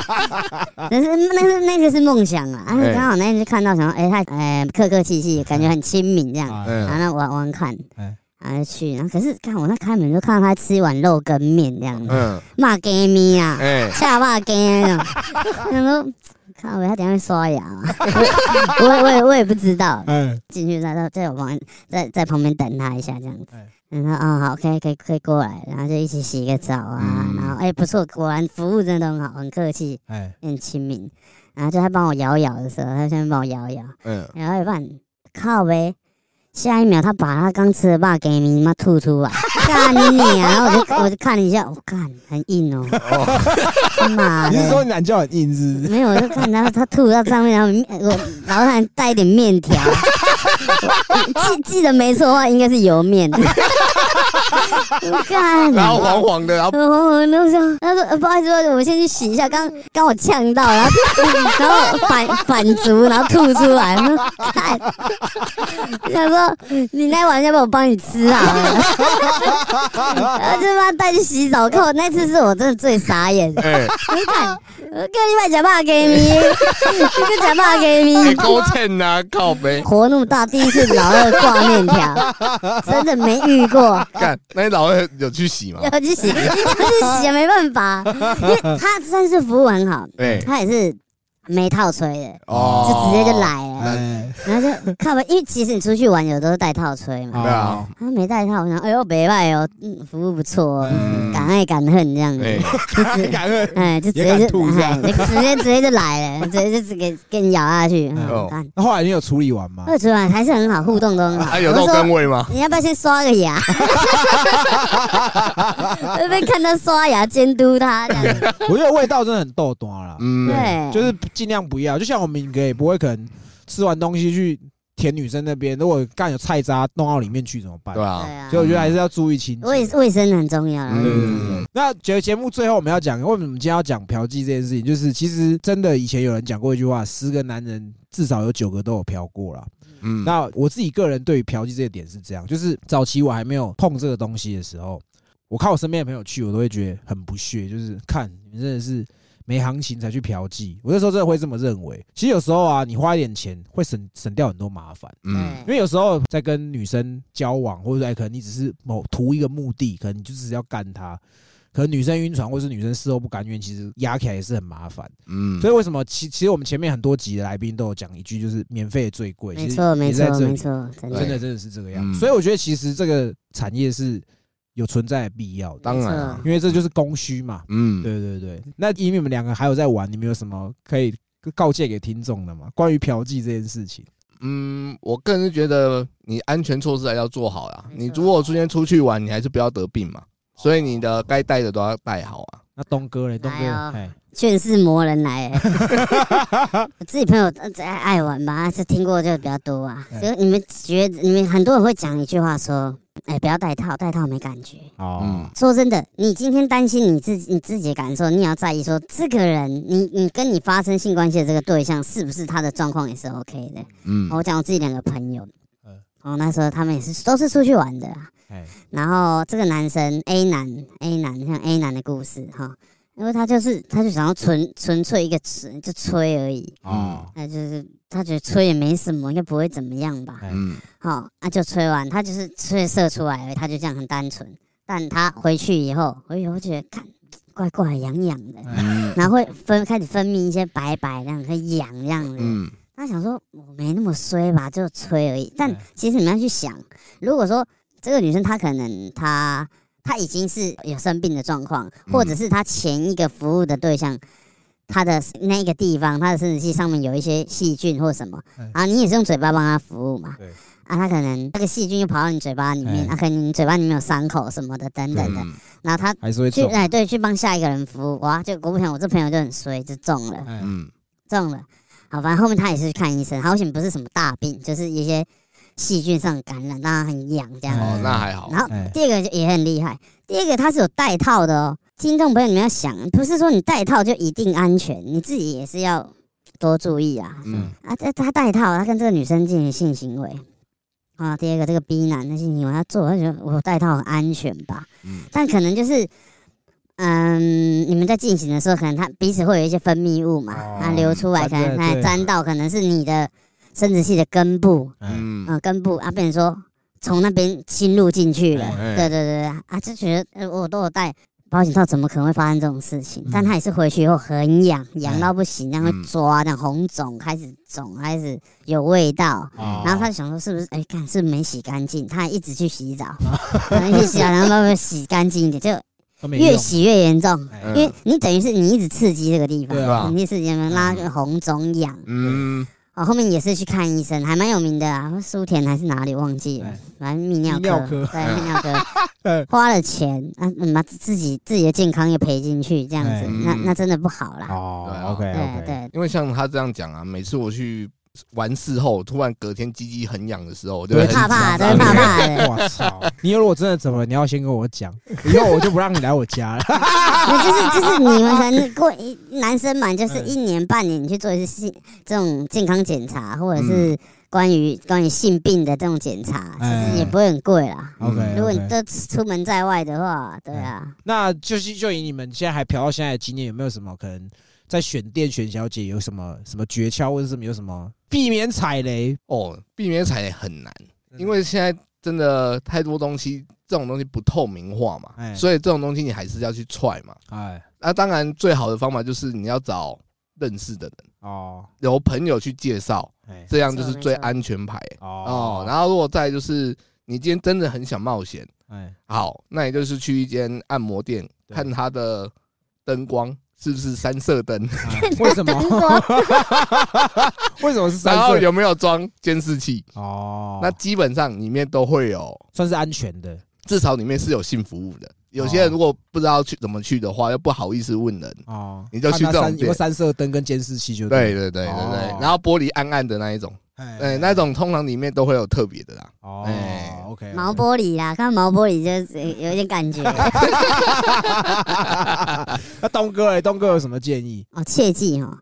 [SPEAKER 3] 但是那是那个是梦想啊！哎，
[SPEAKER 2] 哎
[SPEAKER 3] 刚好那天就看到想说，哎，他哎客客气气，感觉很亲民这样。
[SPEAKER 1] 啊
[SPEAKER 2] 嗯
[SPEAKER 3] 然后那玩玩看
[SPEAKER 1] 哎，
[SPEAKER 3] 然后去，然后可是看我那开门就看到他吃一碗肉羹面这样子，
[SPEAKER 2] 嗯，
[SPEAKER 3] 骂 gay 咪啊，
[SPEAKER 2] 哎，
[SPEAKER 3] 下巴 gay 那种，啊 他说。靠！他等一下会刷牙嘛？ 我我我也我也不知道，
[SPEAKER 1] 哎
[SPEAKER 3] 进去在在在我旁边在在旁边等他一下这样子
[SPEAKER 1] 哎。
[SPEAKER 3] 然后啊、哦，好，可以可以可以过来，然后就一起洗个澡啊，
[SPEAKER 2] 嗯
[SPEAKER 3] 然后哎、不错，果然服务真的很好，很客气，
[SPEAKER 1] 哎
[SPEAKER 3] 很亲民。然后就他帮我摇一摇的时候，他先帮我摇一摇，
[SPEAKER 2] 嗯，
[SPEAKER 3] 摇到一半，靠呗，下一秒他把他刚吃的爸给你妈吐出来， 干你娘！然后我就我就看了一下，我、看很 硬哦，他妈
[SPEAKER 1] 你是
[SPEAKER 3] 的！
[SPEAKER 1] 说你懒觉很硬是不是？
[SPEAKER 3] 没有，我就看他他吐到上面，然后面我然后他还带一点 面条，记记得没错的话，应该是油 面。我看，
[SPEAKER 2] 然后黄黄的，啊然后
[SPEAKER 3] 我我那时候他说、呃不好意思，我们先去洗一下，刚刚我呛到，然后 然后反反足，然后吐出来，我说 看，想说你那碗要不要我帮你吃好了，然后就 把他带去洗澡，看我那次是我真的最傻眼的。
[SPEAKER 2] 哎，
[SPEAKER 3] 你看，我跟你买假发给你，你跟假发
[SPEAKER 2] 哎
[SPEAKER 3] 给你，
[SPEAKER 2] 勾芡啊，靠背，
[SPEAKER 3] 活那么大，第一次老二挂面条，真的没遇过。
[SPEAKER 2] 干，那你老二有去洗 吗？
[SPEAKER 3] 要去洗，要去洗，没办法，因为他算是服务很好，
[SPEAKER 2] 哎，
[SPEAKER 3] 他也是没套吹的，
[SPEAKER 2] 哦
[SPEAKER 3] 就，直接就，来了，
[SPEAKER 1] 哎，
[SPEAKER 3] 然后就看吧，因为其实你出去玩有都是带套吹嘛，
[SPEAKER 2] 对
[SPEAKER 1] 哦
[SPEAKER 2] 啊，
[SPEAKER 3] 他没带套，我想哎呦别卖哦，嗯，服务不错哦，
[SPEAKER 1] 嗯
[SPEAKER 3] 敢爱敢恨这样子，
[SPEAKER 2] 哎，
[SPEAKER 3] 就直
[SPEAKER 1] 感恩
[SPEAKER 3] 哎，就直
[SPEAKER 1] 也
[SPEAKER 3] 接
[SPEAKER 1] 敢
[SPEAKER 3] 就
[SPEAKER 1] 吐是吧
[SPEAKER 3] 哎，就直接直接就来了，直接就给给你咬下去。
[SPEAKER 1] 哦
[SPEAKER 3] 嗯，干
[SPEAKER 1] 那后来你有处理 完吗？
[SPEAKER 3] 二主管还是很好，互动都 很好。
[SPEAKER 2] 还啊有
[SPEAKER 3] 我
[SPEAKER 2] 肉
[SPEAKER 3] 说
[SPEAKER 2] 根味吗？
[SPEAKER 3] 你要不要先刷个牙？会被看到刷牙监督他这样子，
[SPEAKER 1] 我觉得味道真的很豆端啦，
[SPEAKER 2] 嗯，
[SPEAKER 3] 对，
[SPEAKER 1] 就是尽量不要。就像我们也不会可能吃完东西去舔女生那边，如果干有菜渣弄到里面去怎么办
[SPEAKER 2] 对？
[SPEAKER 3] 对
[SPEAKER 2] 啊，
[SPEAKER 3] 啊
[SPEAKER 1] 所以我觉得还是要注意清
[SPEAKER 3] 卫
[SPEAKER 1] 洁。
[SPEAKER 3] 卫生很重要啦。
[SPEAKER 2] 嗯，
[SPEAKER 1] 那觉得节目最后我们要讲，为什么我们今天要讲嫖妓这件事情？就是其实真的以前有人讲过一句话：十个男人至少有九个都有嫖过啦。
[SPEAKER 2] 嗯，
[SPEAKER 1] 那我自己个人对于嫖妓这个点是这样，就是早期我还没有碰这个东西的时候，我看我身边的朋友去，我都会觉得很不屑，就是看你们真的是没行情才去嫖妓。我那时候真的会这么认为。其实有时候啊，你花一点钱会省省掉很多麻烦。
[SPEAKER 2] 嗯，
[SPEAKER 1] 因为有时候在跟女生交往，或者哎，可能你只是某图一个目的，可能你就只是要干她。可能女生晕船，或是女生事后不甘愿，其实压起来也是很麻烦。
[SPEAKER 2] 嗯，
[SPEAKER 1] 所以为什么其其实我们前面很多集的来宾都有讲一句，就是免费最贵，
[SPEAKER 3] 没
[SPEAKER 1] 其实
[SPEAKER 3] 错，没
[SPEAKER 1] 也在这
[SPEAKER 3] 错，
[SPEAKER 1] 里
[SPEAKER 3] 没错，真的
[SPEAKER 1] 真的真的是这个样
[SPEAKER 2] 嗯
[SPEAKER 1] 子。所以我觉得其实这个产业是有存在的必要的，
[SPEAKER 2] 当然
[SPEAKER 3] 嗯
[SPEAKER 2] 啊，
[SPEAKER 1] 因为这就是供需嘛。
[SPEAKER 2] 嗯，
[SPEAKER 1] 对对对，那因为你们两个还有在玩，你们有什么可以告诫给听众的吗？关于嫖妓这件事
[SPEAKER 3] 哎
[SPEAKER 1] 情，
[SPEAKER 2] 嗯，我个人是觉得你安全措施还要做好啦。
[SPEAKER 3] 没
[SPEAKER 2] 你
[SPEAKER 3] 错
[SPEAKER 2] 如果今天出去玩，你还是不要得病嘛。所以你
[SPEAKER 3] 哦
[SPEAKER 2] 的该带的都要带好啊。
[SPEAKER 1] 那东哥嘞，东
[SPEAKER 3] 来
[SPEAKER 1] 哥，
[SPEAKER 3] 哦
[SPEAKER 1] 哎，
[SPEAKER 3] 劝世魔人来、欸。 我自己朋友呃爱爱玩吧，是听过就比较多啊。
[SPEAKER 1] 哎
[SPEAKER 3] 所以你们觉得，你们很多人会讲一句话说：“哎、不要戴套，戴套没感觉。”
[SPEAKER 1] 哦
[SPEAKER 2] 嗯，，
[SPEAKER 3] 说真的，你今天担心你自己你自己的感受，你也要在意说这个人，你你跟你发生性关系的这个对象，是不是他的状况也是 OK 的？哦
[SPEAKER 2] 嗯
[SPEAKER 3] 我讲我自己两个朋友
[SPEAKER 1] 嗯，
[SPEAKER 3] 哦，那时候他们也是都是出去玩的啊、
[SPEAKER 1] 哎，
[SPEAKER 3] 然后这个男生 A 男 A 男像 A 男的故事哈，因为他就是他就想要纯纯粹一个纯就吹而已，
[SPEAKER 2] 嗯
[SPEAKER 1] 哦，
[SPEAKER 3] 那就是他觉得吹也没什么，应该不会怎么样吧？
[SPEAKER 1] 哎
[SPEAKER 2] 嗯
[SPEAKER 3] 好，那就吹完，他就是吹射出来而已，他就这样很单纯。但他回去以后，回去以后觉得看怪怪痒痒的，
[SPEAKER 2] 嗯
[SPEAKER 3] 然后会分开始分泌一些白白那样很痒这样子。
[SPEAKER 2] 嗯
[SPEAKER 3] 他想说我没那么衰吧，就吹而已。但
[SPEAKER 1] 哎
[SPEAKER 3] 其实你们要去想，如果说这个女生她可能她她已经是有生病的状况，
[SPEAKER 2] 嗯
[SPEAKER 3] 或者是她前一个服务的对象。她的那个地方，她的生殖器上面有一些细菌或什么
[SPEAKER 1] 哎
[SPEAKER 3] 啊，你也是用嘴巴帮她服务嘛
[SPEAKER 1] 对？
[SPEAKER 3] 啊，她可能那个细菌又跑到你嘴巴里面，
[SPEAKER 1] 哎
[SPEAKER 3] 啊，可能你嘴巴里面有伤口什么的等等的，
[SPEAKER 2] 嗯
[SPEAKER 3] 然后她
[SPEAKER 1] 还是会
[SPEAKER 3] 去
[SPEAKER 1] 中，
[SPEAKER 3] 哎对去帮下一个人服务，哇，就果不其然，我这朋友就很衰，就中了。
[SPEAKER 1] 哎，
[SPEAKER 2] 嗯
[SPEAKER 3] 中了。好，反正后面他也是去看医生，好险不是什么大病，就是一些细菌上感染，让他很痒这样子。
[SPEAKER 2] 哦，那还好。
[SPEAKER 3] 然后
[SPEAKER 1] 哎
[SPEAKER 3] 第二个就也很厉害，第二个他是有带套的哦。听众朋友，你们要想，不是说你带套就一定安全，你自己也是要多注意啊。
[SPEAKER 2] 嗯
[SPEAKER 3] 啊，他他带套，他跟这个女生进行性行为。啊，第二个这个 B 男的性行为他做，他觉得我带套很安全吧？
[SPEAKER 2] 嗯
[SPEAKER 3] 但可能就是，嗯，你们在进行的时候，可能它彼此会有一些分泌物嘛，
[SPEAKER 1] 哦
[SPEAKER 3] 它、流出来，可
[SPEAKER 1] 粘在
[SPEAKER 3] 能它
[SPEAKER 1] 对
[SPEAKER 3] 沾到，可能是你的生殖器的根部，
[SPEAKER 1] 嗯，
[SPEAKER 3] 嗯、
[SPEAKER 2] 嗯
[SPEAKER 3] 根部啊，变成说从那边侵入进去了，
[SPEAKER 2] 哎
[SPEAKER 3] 嗯对对对对啊，就觉得呃我都有带。保险套怎么可能会发生这种事情？但他也是回去以后很痒，痒到不行，然后
[SPEAKER 2] 嗯
[SPEAKER 3] 抓，那红肿开始肿，开始有味道，
[SPEAKER 1] 哦
[SPEAKER 3] 然后他就想说是不是哎，看是不是没洗干净，他还一直去 洗澡，可能一直洗澡，然后慢慢洗干净一点，就
[SPEAKER 1] 都没
[SPEAKER 3] 越
[SPEAKER 1] 用
[SPEAKER 3] 洗越严重，
[SPEAKER 1] 哎
[SPEAKER 2] 嗯
[SPEAKER 3] 因为你等于是你一直刺激这个地
[SPEAKER 1] 对
[SPEAKER 2] 啊
[SPEAKER 3] 方，你一直刺激让它就红肿痒。
[SPEAKER 2] 嗯
[SPEAKER 3] 哦，后面也是去看医生，还蛮有名的啊，苏田还是哪里忘记了
[SPEAKER 1] 哎，
[SPEAKER 3] 反正泌尿
[SPEAKER 1] 泌尿
[SPEAKER 3] 科
[SPEAKER 1] 科
[SPEAKER 3] 对泌尿科
[SPEAKER 1] 哎
[SPEAKER 3] 花了钱啊，嗯把自己自己的健康也赔进去，这样子
[SPEAKER 1] 哎，
[SPEAKER 3] 那
[SPEAKER 2] 嗯
[SPEAKER 3] 那真的不好啦。
[SPEAKER 2] 对
[SPEAKER 1] 哦
[SPEAKER 2] 啊
[SPEAKER 1] ，OK
[SPEAKER 3] 对
[SPEAKER 1] OK，
[SPEAKER 3] 对，
[SPEAKER 2] 因为像他这样讲啊，每次我去完事后，突然隔天鸡鸡很痒的时候，我就会
[SPEAKER 1] 对
[SPEAKER 3] 怕
[SPEAKER 2] 很
[SPEAKER 3] 怕
[SPEAKER 2] 紧
[SPEAKER 3] 的，
[SPEAKER 2] 张
[SPEAKER 3] 会怕怕 的。
[SPEAKER 1] 我操！你如果真的怎么，你要先跟我讲，以后我就不让你来我家 了。
[SPEAKER 3] 那哦 就是就是你们可能过一男生嘛，就是
[SPEAKER 1] 嗯
[SPEAKER 3] 一年半年你去做一次性这种健康检查，或者是关于关于性病的这种检查，其
[SPEAKER 1] 嗯哎
[SPEAKER 3] 实也不会很贵啦。
[SPEAKER 2] 嗯
[SPEAKER 1] OK，
[SPEAKER 3] 如果你都出门在外的话，对啊，
[SPEAKER 1] 那就是就以你们现在还嫖到现在的经验，有没有什么可能在选店选小姐有什么什么诀窍，或者什么有什么避免踩雷？
[SPEAKER 2] 哦，避免踩雷很难，因为现在真的太多东西，这种东西不透明化嘛，
[SPEAKER 1] 哎
[SPEAKER 2] 所以这种东西你还是要去踹嘛。
[SPEAKER 1] 哎
[SPEAKER 2] 那当然，最好的方法就是你要找认识的人，
[SPEAKER 1] 哦
[SPEAKER 2] 由朋友去介绍，
[SPEAKER 1] 哎
[SPEAKER 2] 这样就是最安全牌哦。然后，如果再就是你今天真的很想冒险，
[SPEAKER 1] 哎
[SPEAKER 2] 好，那你就是去一间按摩店，
[SPEAKER 1] 对
[SPEAKER 2] 看它的灯光是不是三色 灯，
[SPEAKER 1] 哎为 什么 为什么是三
[SPEAKER 2] 然后
[SPEAKER 1] 色
[SPEAKER 2] 哦有没有装监视器。
[SPEAKER 1] 哦？
[SPEAKER 2] 那基本上里面都会有，
[SPEAKER 1] 算是安全的
[SPEAKER 2] 至少里面是有性服务
[SPEAKER 1] 哦
[SPEAKER 2] 的。有些人如果不知道去怎么去的话，又不好意思问人。
[SPEAKER 1] 哦。
[SPEAKER 2] 你就去
[SPEAKER 1] 看它
[SPEAKER 2] 这种
[SPEAKER 1] 三有
[SPEAKER 2] 店
[SPEAKER 1] 个三色灯跟监视器就
[SPEAKER 2] 对
[SPEAKER 1] 了，
[SPEAKER 2] 对对对对
[SPEAKER 1] 哦，
[SPEAKER 2] 然后玻璃暗暗的那一种，
[SPEAKER 1] 哎
[SPEAKER 2] 对，那种通常里面都会有特别的 啦。
[SPEAKER 1] 哦
[SPEAKER 2] 哎
[SPEAKER 1] ，OK，
[SPEAKER 3] 毛玻璃啦，看到毛玻璃就是有一点感觉
[SPEAKER 1] 那东哥哎，东哥有什么建议？
[SPEAKER 3] 哦，切记哈。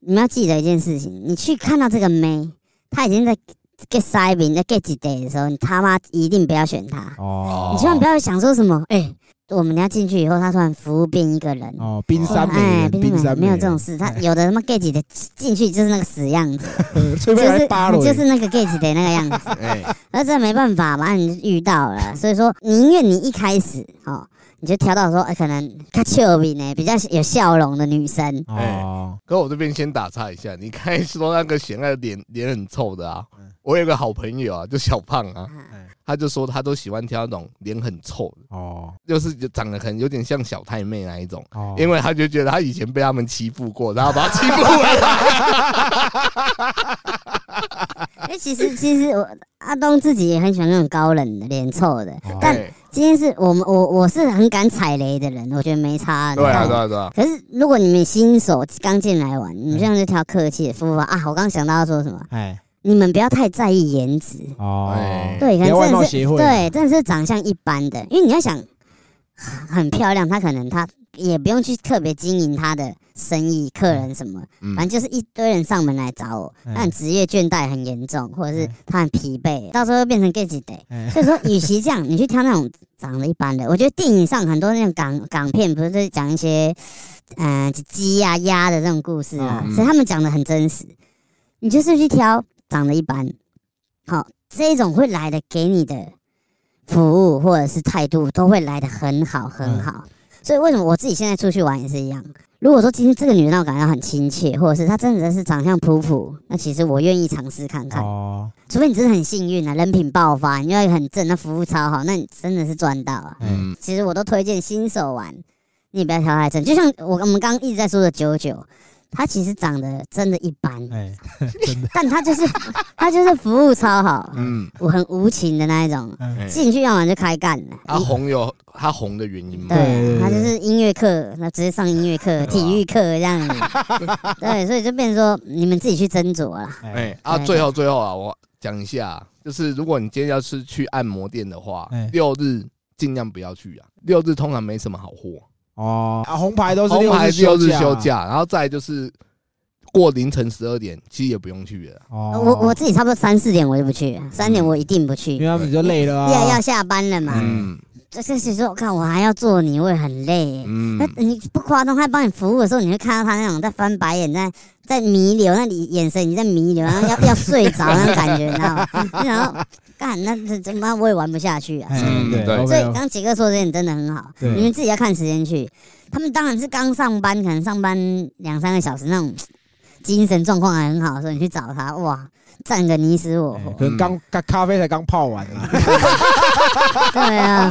[SPEAKER 3] 你们要记得一件事情，你去看到这个妹，她已经在 get 塞饼、在 get 几 day 的时候，你他妈一定不要选她，
[SPEAKER 1] 哦，
[SPEAKER 3] 你千万不要想说什么，哎、我们要进去以后，她突然服务变一个人。
[SPEAKER 1] 哦，冰山美
[SPEAKER 3] 哎，
[SPEAKER 1] 人，
[SPEAKER 3] 冰
[SPEAKER 1] 冰
[SPEAKER 3] 山美
[SPEAKER 1] 山
[SPEAKER 3] 人没有这种事，她
[SPEAKER 1] 哎
[SPEAKER 3] 有的他妈 get 几的进去就是那个死样子，
[SPEAKER 1] 种，吹
[SPEAKER 3] 就
[SPEAKER 1] 被
[SPEAKER 3] 是
[SPEAKER 1] 来扒了，
[SPEAKER 3] 就是那个 get 几的那个样子。
[SPEAKER 2] 哎，
[SPEAKER 3] 那这没办法嘛，你就遇到了，所以说宁愿你一开始哦，你就挑到说，哎、可能卡丘比呢比较有笑容的女生，
[SPEAKER 2] 哎
[SPEAKER 1] 哦，
[SPEAKER 2] 可我这边先打岔一下，你刚才说那个显爱脸脸很臭的啊
[SPEAKER 1] 嗯，
[SPEAKER 2] 我有个好朋友啊，就小胖啊，
[SPEAKER 3] 啊
[SPEAKER 2] 他就说他都喜欢挑那种脸很臭的，
[SPEAKER 1] 哦，
[SPEAKER 2] 就是长得可能有点像小太妹那一种，
[SPEAKER 1] 哦，
[SPEAKER 2] 因为他就觉得他以前被他们欺负过，然后把他欺负回来。
[SPEAKER 3] 哎、其实 其实我阿东自己也很喜欢那种高冷的、脸臭的，
[SPEAKER 1] 哦
[SPEAKER 3] 但
[SPEAKER 2] 对
[SPEAKER 3] 今天是我们我我是很敢踩雷的人，我觉得没差。
[SPEAKER 2] 对啊，
[SPEAKER 3] 你
[SPEAKER 2] 对
[SPEAKER 3] 知道吗
[SPEAKER 2] 啊，对啊，
[SPEAKER 3] 可是如果你们新手刚进来玩，你们这样就挑客气的服务
[SPEAKER 1] 嗯
[SPEAKER 3] 啊，我刚想到要说什么，
[SPEAKER 1] 哎，
[SPEAKER 3] 你们不要太在意颜值。
[SPEAKER 1] 哦
[SPEAKER 2] 哎，
[SPEAKER 3] 对，
[SPEAKER 1] 不
[SPEAKER 3] 可能
[SPEAKER 1] 要外
[SPEAKER 3] 真
[SPEAKER 1] 貌
[SPEAKER 3] 的
[SPEAKER 1] 协
[SPEAKER 3] 是
[SPEAKER 1] 会
[SPEAKER 3] 对，真的是长相一般的，因为你要想很漂亮，她可能她也不用去特别经营她的生意、客人什么，
[SPEAKER 2] 嗯哎
[SPEAKER 3] 反正就是一堆人上门来找我，
[SPEAKER 1] 嗯
[SPEAKER 3] 那你职业倦怠很严重，或者是
[SPEAKER 1] 嗯
[SPEAKER 3] 她很疲惫，到时候会变成 gay 几 day。
[SPEAKER 1] 哎
[SPEAKER 3] 所以说，与其这样，你去挑那种长得一般的，我觉得电影上很多那种港港片，不是都是讲一些嗯鸡呀、鸭的这种故事嘛，
[SPEAKER 2] 嗯
[SPEAKER 3] 所以他们讲的很真实。你就是去挑长得一般，好这种会来的给你的服务或者是态度都会来的很好
[SPEAKER 2] 嗯
[SPEAKER 3] 很好。所以为什么我自己现在出去玩也是一样？如果说今天这个女人让我感到很亲切，或者是她真的是长相普普，那其实我愿意尝试看看。
[SPEAKER 1] 哦，
[SPEAKER 3] 除非你真的很幸运啊，人品爆发，你又很正，那服务超好，那你真的是赚到啊。
[SPEAKER 1] 嗯，
[SPEAKER 2] 嗯，
[SPEAKER 3] 其实我都推荐新手玩，你也不要挑太正。就像我我们刚刚一直在说的九九，他其实长得真的一般，
[SPEAKER 1] 哎，
[SPEAKER 3] 但他就是他就是服务超好，
[SPEAKER 2] 嗯，
[SPEAKER 3] 我很无情的那一种，
[SPEAKER 2] 哎
[SPEAKER 3] 进去要玩就开干了。
[SPEAKER 2] 他啊红有他红的原因嘛，
[SPEAKER 3] 对，
[SPEAKER 1] 对
[SPEAKER 3] 他就是音乐课，他直接上音 乐课、体育课这样子。 对，所以就变成说你们自己去斟酌啦。
[SPEAKER 1] 哎，
[SPEAKER 2] 哎啊，
[SPEAKER 3] 对
[SPEAKER 2] 最后最后啊，我讲一下，啊就是如果你今天要是去按摩店的话
[SPEAKER 1] 哎，
[SPEAKER 2] 六日尽量不要去啊，六日通常没什么好货，
[SPEAKER 1] 哦，啊，红牌都是
[SPEAKER 2] 红牌
[SPEAKER 1] 六
[SPEAKER 2] 六日
[SPEAKER 1] 日
[SPEAKER 2] 休
[SPEAKER 1] 休，啊
[SPEAKER 2] 假，然后再来就是过凌晨十二点，其实也不用去了。
[SPEAKER 1] 哦，
[SPEAKER 3] 我我自己差不多三四点我就不去，三点我一定不去
[SPEAKER 1] 因为。他们就累了啊，
[SPEAKER 3] 要要下班了嘛，
[SPEAKER 2] 嗯
[SPEAKER 3] 这就是说，看我还要做你，我也很累耶。
[SPEAKER 2] 嗯
[SPEAKER 3] 那你不夸张，他帮你服务的时候，你会看到他那种在翻白眼，在在弥留，那里眼神你在弥留，然后要要睡着那种感觉，你知道吗？ 你想说，干，那这他妈我也玩不下去啊！
[SPEAKER 1] 嗯，对，
[SPEAKER 2] 对
[SPEAKER 1] OK，
[SPEAKER 3] 所以刚杰哥说的这点真的很好，
[SPEAKER 1] 对
[SPEAKER 3] 你们自己要看时间去。他们当然是刚上班，可能上班两三个小时那种精神状况还很好的时候，你去找他，哇，战个你死我
[SPEAKER 1] 哎
[SPEAKER 2] 嗯
[SPEAKER 3] 活。
[SPEAKER 1] 可能刚咖咖啡才刚泡完啊。哎
[SPEAKER 3] 对啊，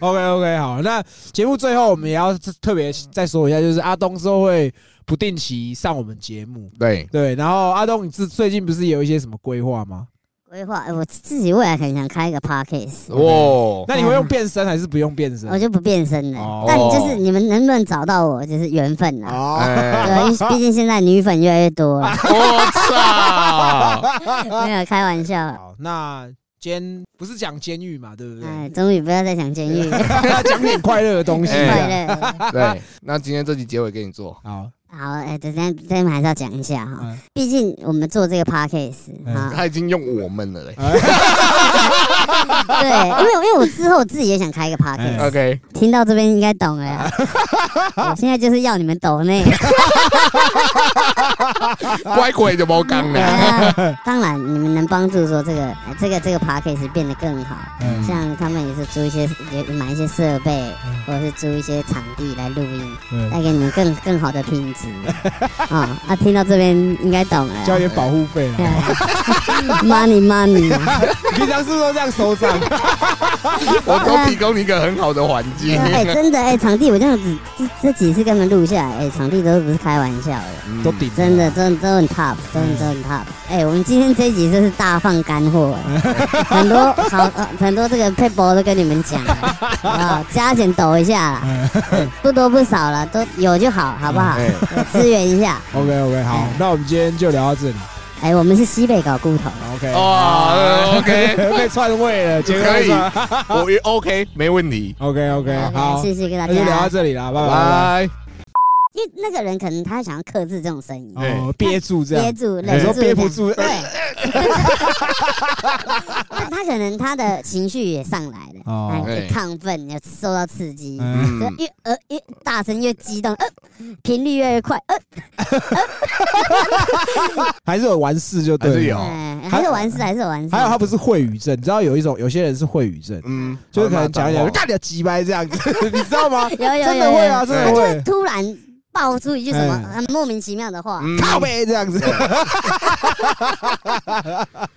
[SPEAKER 1] OK OK，好，那节目最后我们也要特别再说一下，就是阿东之后会不定期上我们节目，
[SPEAKER 2] 对，
[SPEAKER 1] 对，然后阿东，你自最近不是有一些什么规划吗？
[SPEAKER 3] 规划，哎我自己未来很想开一个 podcast。
[SPEAKER 2] 哇，
[SPEAKER 1] 那你会用变身还是不用变身
[SPEAKER 3] 我？就不变身了。
[SPEAKER 1] 哦
[SPEAKER 3] 但就是你们能不能找到我，就是缘分啦。
[SPEAKER 1] 哦，
[SPEAKER 2] 哎
[SPEAKER 3] 对，因为毕竟现在女粉越来越多 了，
[SPEAKER 2] 我操！
[SPEAKER 3] 没有开玩笑啦。
[SPEAKER 1] 好，那监不是讲监狱嘛，对不
[SPEAKER 3] 哎，
[SPEAKER 1] 对？
[SPEAKER 3] 终于不要再讲监狱了，
[SPEAKER 1] 讲点快乐的东西啊。
[SPEAKER 2] 哎
[SPEAKER 3] 快乐。
[SPEAKER 2] 对，那今天这集结尾给你做，
[SPEAKER 1] 好，
[SPEAKER 3] 好，哎，等下这边还是要讲一下哈
[SPEAKER 1] 嗯，
[SPEAKER 3] 毕竟我们做这个 podcast
[SPEAKER 1] 嗯
[SPEAKER 3] 啊，
[SPEAKER 2] 他已经用我们了嘞。
[SPEAKER 3] 对，因为因为我之后自己也想开一个
[SPEAKER 1] 哎
[SPEAKER 3] podcast，
[SPEAKER 2] OK，
[SPEAKER 3] 听到这边应该懂了 啦。我现在就是要你们抖内，
[SPEAKER 2] 乖乖就包干了。
[SPEAKER 3] 啊当然你们能帮助说这个哎这个这个 podcast 变得更好。
[SPEAKER 1] 嗯
[SPEAKER 3] 像他们也是租啊一些，也买一些设备，或者是租一些场地来录音，带
[SPEAKER 1] 嗯，
[SPEAKER 3] 给你们更更好的 品质。啊、啊，听到这边应该懂了
[SPEAKER 1] 交
[SPEAKER 3] 啦。
[SPEAKER 1] 点保护费
[SPEAKER 3] 对
[SPEAKER 1] 啊。
[SPEAKER 3] 啊 money money，啊
[SPEAKER 1] 平常是不是都这样收账？
[SPEAKER 3] 哎
[SPEAKER 2] 我都提供你一个很好的环 境。
[SPEAKER 1] 啊
[SPEAKER 3] 哎、真的哎、场地我这样子这这几次跟他们录下来，哎、场地都不是开玩笑的，
[SPEAKER 2] 嗯
[SPEAKER 1] 都顶着
[SPEAKER 3] 真的真的都很 top，真的都很 top。哎、我们今天这一集真是大放干 货、哎很多好、呃很多这个配博都跟你们讲了，啊，加减抖一下啦。 不多不少了，都有就好，好不
[SPEAKER 1] 嗯
[SPEAKER 3] 好？哎
[SPEAKER 2] 哎
[SPEAKER 3] 支援一下。
[SPEAKER 1] OK OK，好，那我们今天就聊到这里。
[SPEAKER 3] 哎，我们是西北搞骨头，
[SPEAKER 1] OK，
[SPEAKER 2] 哦，OK
[SPEAKER 1] 被篡位了，杰哥
[SPEAKER 2] 可
[SPEAKER 1] 被
[SPEAKER 2] 以
[SPEAKER 1] 篡。
[SPEAKER 2] 我也 OK，没问题。
[SPEAKER 1] OK OK，好，
[SPEAKER 3] 谢谢大
[SPEAKER 1] 那就聊到啊
[SPEAKER 3] 家。啊
[SPEAKER 1] 这里啦，拜拜。
[SPEAKER 2] 拜。
[SPEAKER 3] 因为那个人可能他想要克制这种声音，
[SPEAKER 2] 哎
[SPEAKER 1] 哦，憋住这
[SPEAKER 3] 憋
[SPEAKER 1] 样，
[SPEAKER 3] 住、
[SPEAKER 1] 有
[SPEAKER 3] 忍
[SPEAKER 1] 时
[SPEAKER 3] 住
[SPEAKER 1] 候
[SPEAKER 3] 这样，
[SPEAKER 1] 憋不住，
[SPEAKER 3] 对
[SPEAKER 1] 哎，
[SPEAKER 3] 他他可能他的情绪也上来了，
[SPEAKER 1] 哦
[SPEAKER 3] 哎，
[SPEAKER 2] 哎
[SPEAKER 3] 也亢奋，也受到刺激，
[SPEAKER 1] 嗯
[SPEAKER 3] 就越呃越大声越激动，呃，频率越来越快，呃，
[SPEAKER 1] 还是有完事就
[SPEAKER 2] 还是
[SPEAKER 1] 对了。
[SPEAKER 2] 有
[SPEAKER 3] 哎还是完事，还是完事。
[SPEAKER 1] 哦呃还有他不是会语症，你知道有一种有些人是会语症，
[SPEAKER 2] 嗯，
[SPEAKER 1] 就是可能讲一讲
[SPEAKER 2] 好
[SPEAKER 1] 就
[SPEAKER 2] 那打
[SPEAKER 1] 干掉鸡掰这样 子，你知道吗？
[SPEAKER 3] 有有有
[SPEAKER 1] 真的会啊，
[SPEAKER 3] 有
[SPEAKER 1] 真的
[SPEAKER 3] 就是
[SPEAKER 1] 会，
[SPEAKER 3] 突然爆出一句什么
[SPEAKER 1] 哎
[SPEAKER 3] 很莫名其妙的话，
[SPEAKER 2] 嗯
[SPEAKER 1] 靠背这样子。
[SPEAKER 2] 我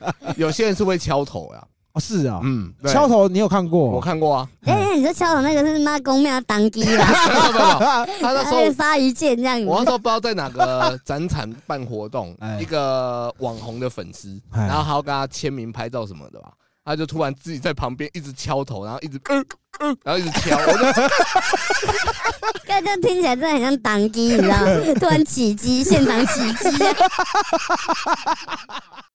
[SPEAKER 2] 嗯有些人是会敲头呀，
[SPEAKER 1] 哦，是啊，
[SPEAKER 2] 嗯，对
[SPEAKER 1] 敲头你有看过？
[SPEAKER 2] 我看过啊，
[SPEAKER 3] 哎、哎你说敲我那个是妈公庙当机啦，
[SPEAKER 2] 没有没有
[SPEAKER 1] 啊
[SPEAKER 2] 没有他那时候
[SPEAKER 1] 哎
[SPEAKER 3] 那个鲨鱼剑这样
[SPEAKER 2] 我那时
[SPEAKER 3] 子，
[SPEAKER 2] 候不知道在哪个展场办活动
[SPEAKER 1] 哎，
[SPEAKER 2] 一个网红的粉丝，
[SPEAKER 1] 哎
[SPEAKER 2] 然后还要跟他签名拍照什么的吧，他就突然自己在旁边一直敲头，然后一直嗯嗯，然后一直敲，我就
[SPEAKER 3] 刚刚听起来真的很像 当机，你知道吗？突然起鸡，现场起鸡这样，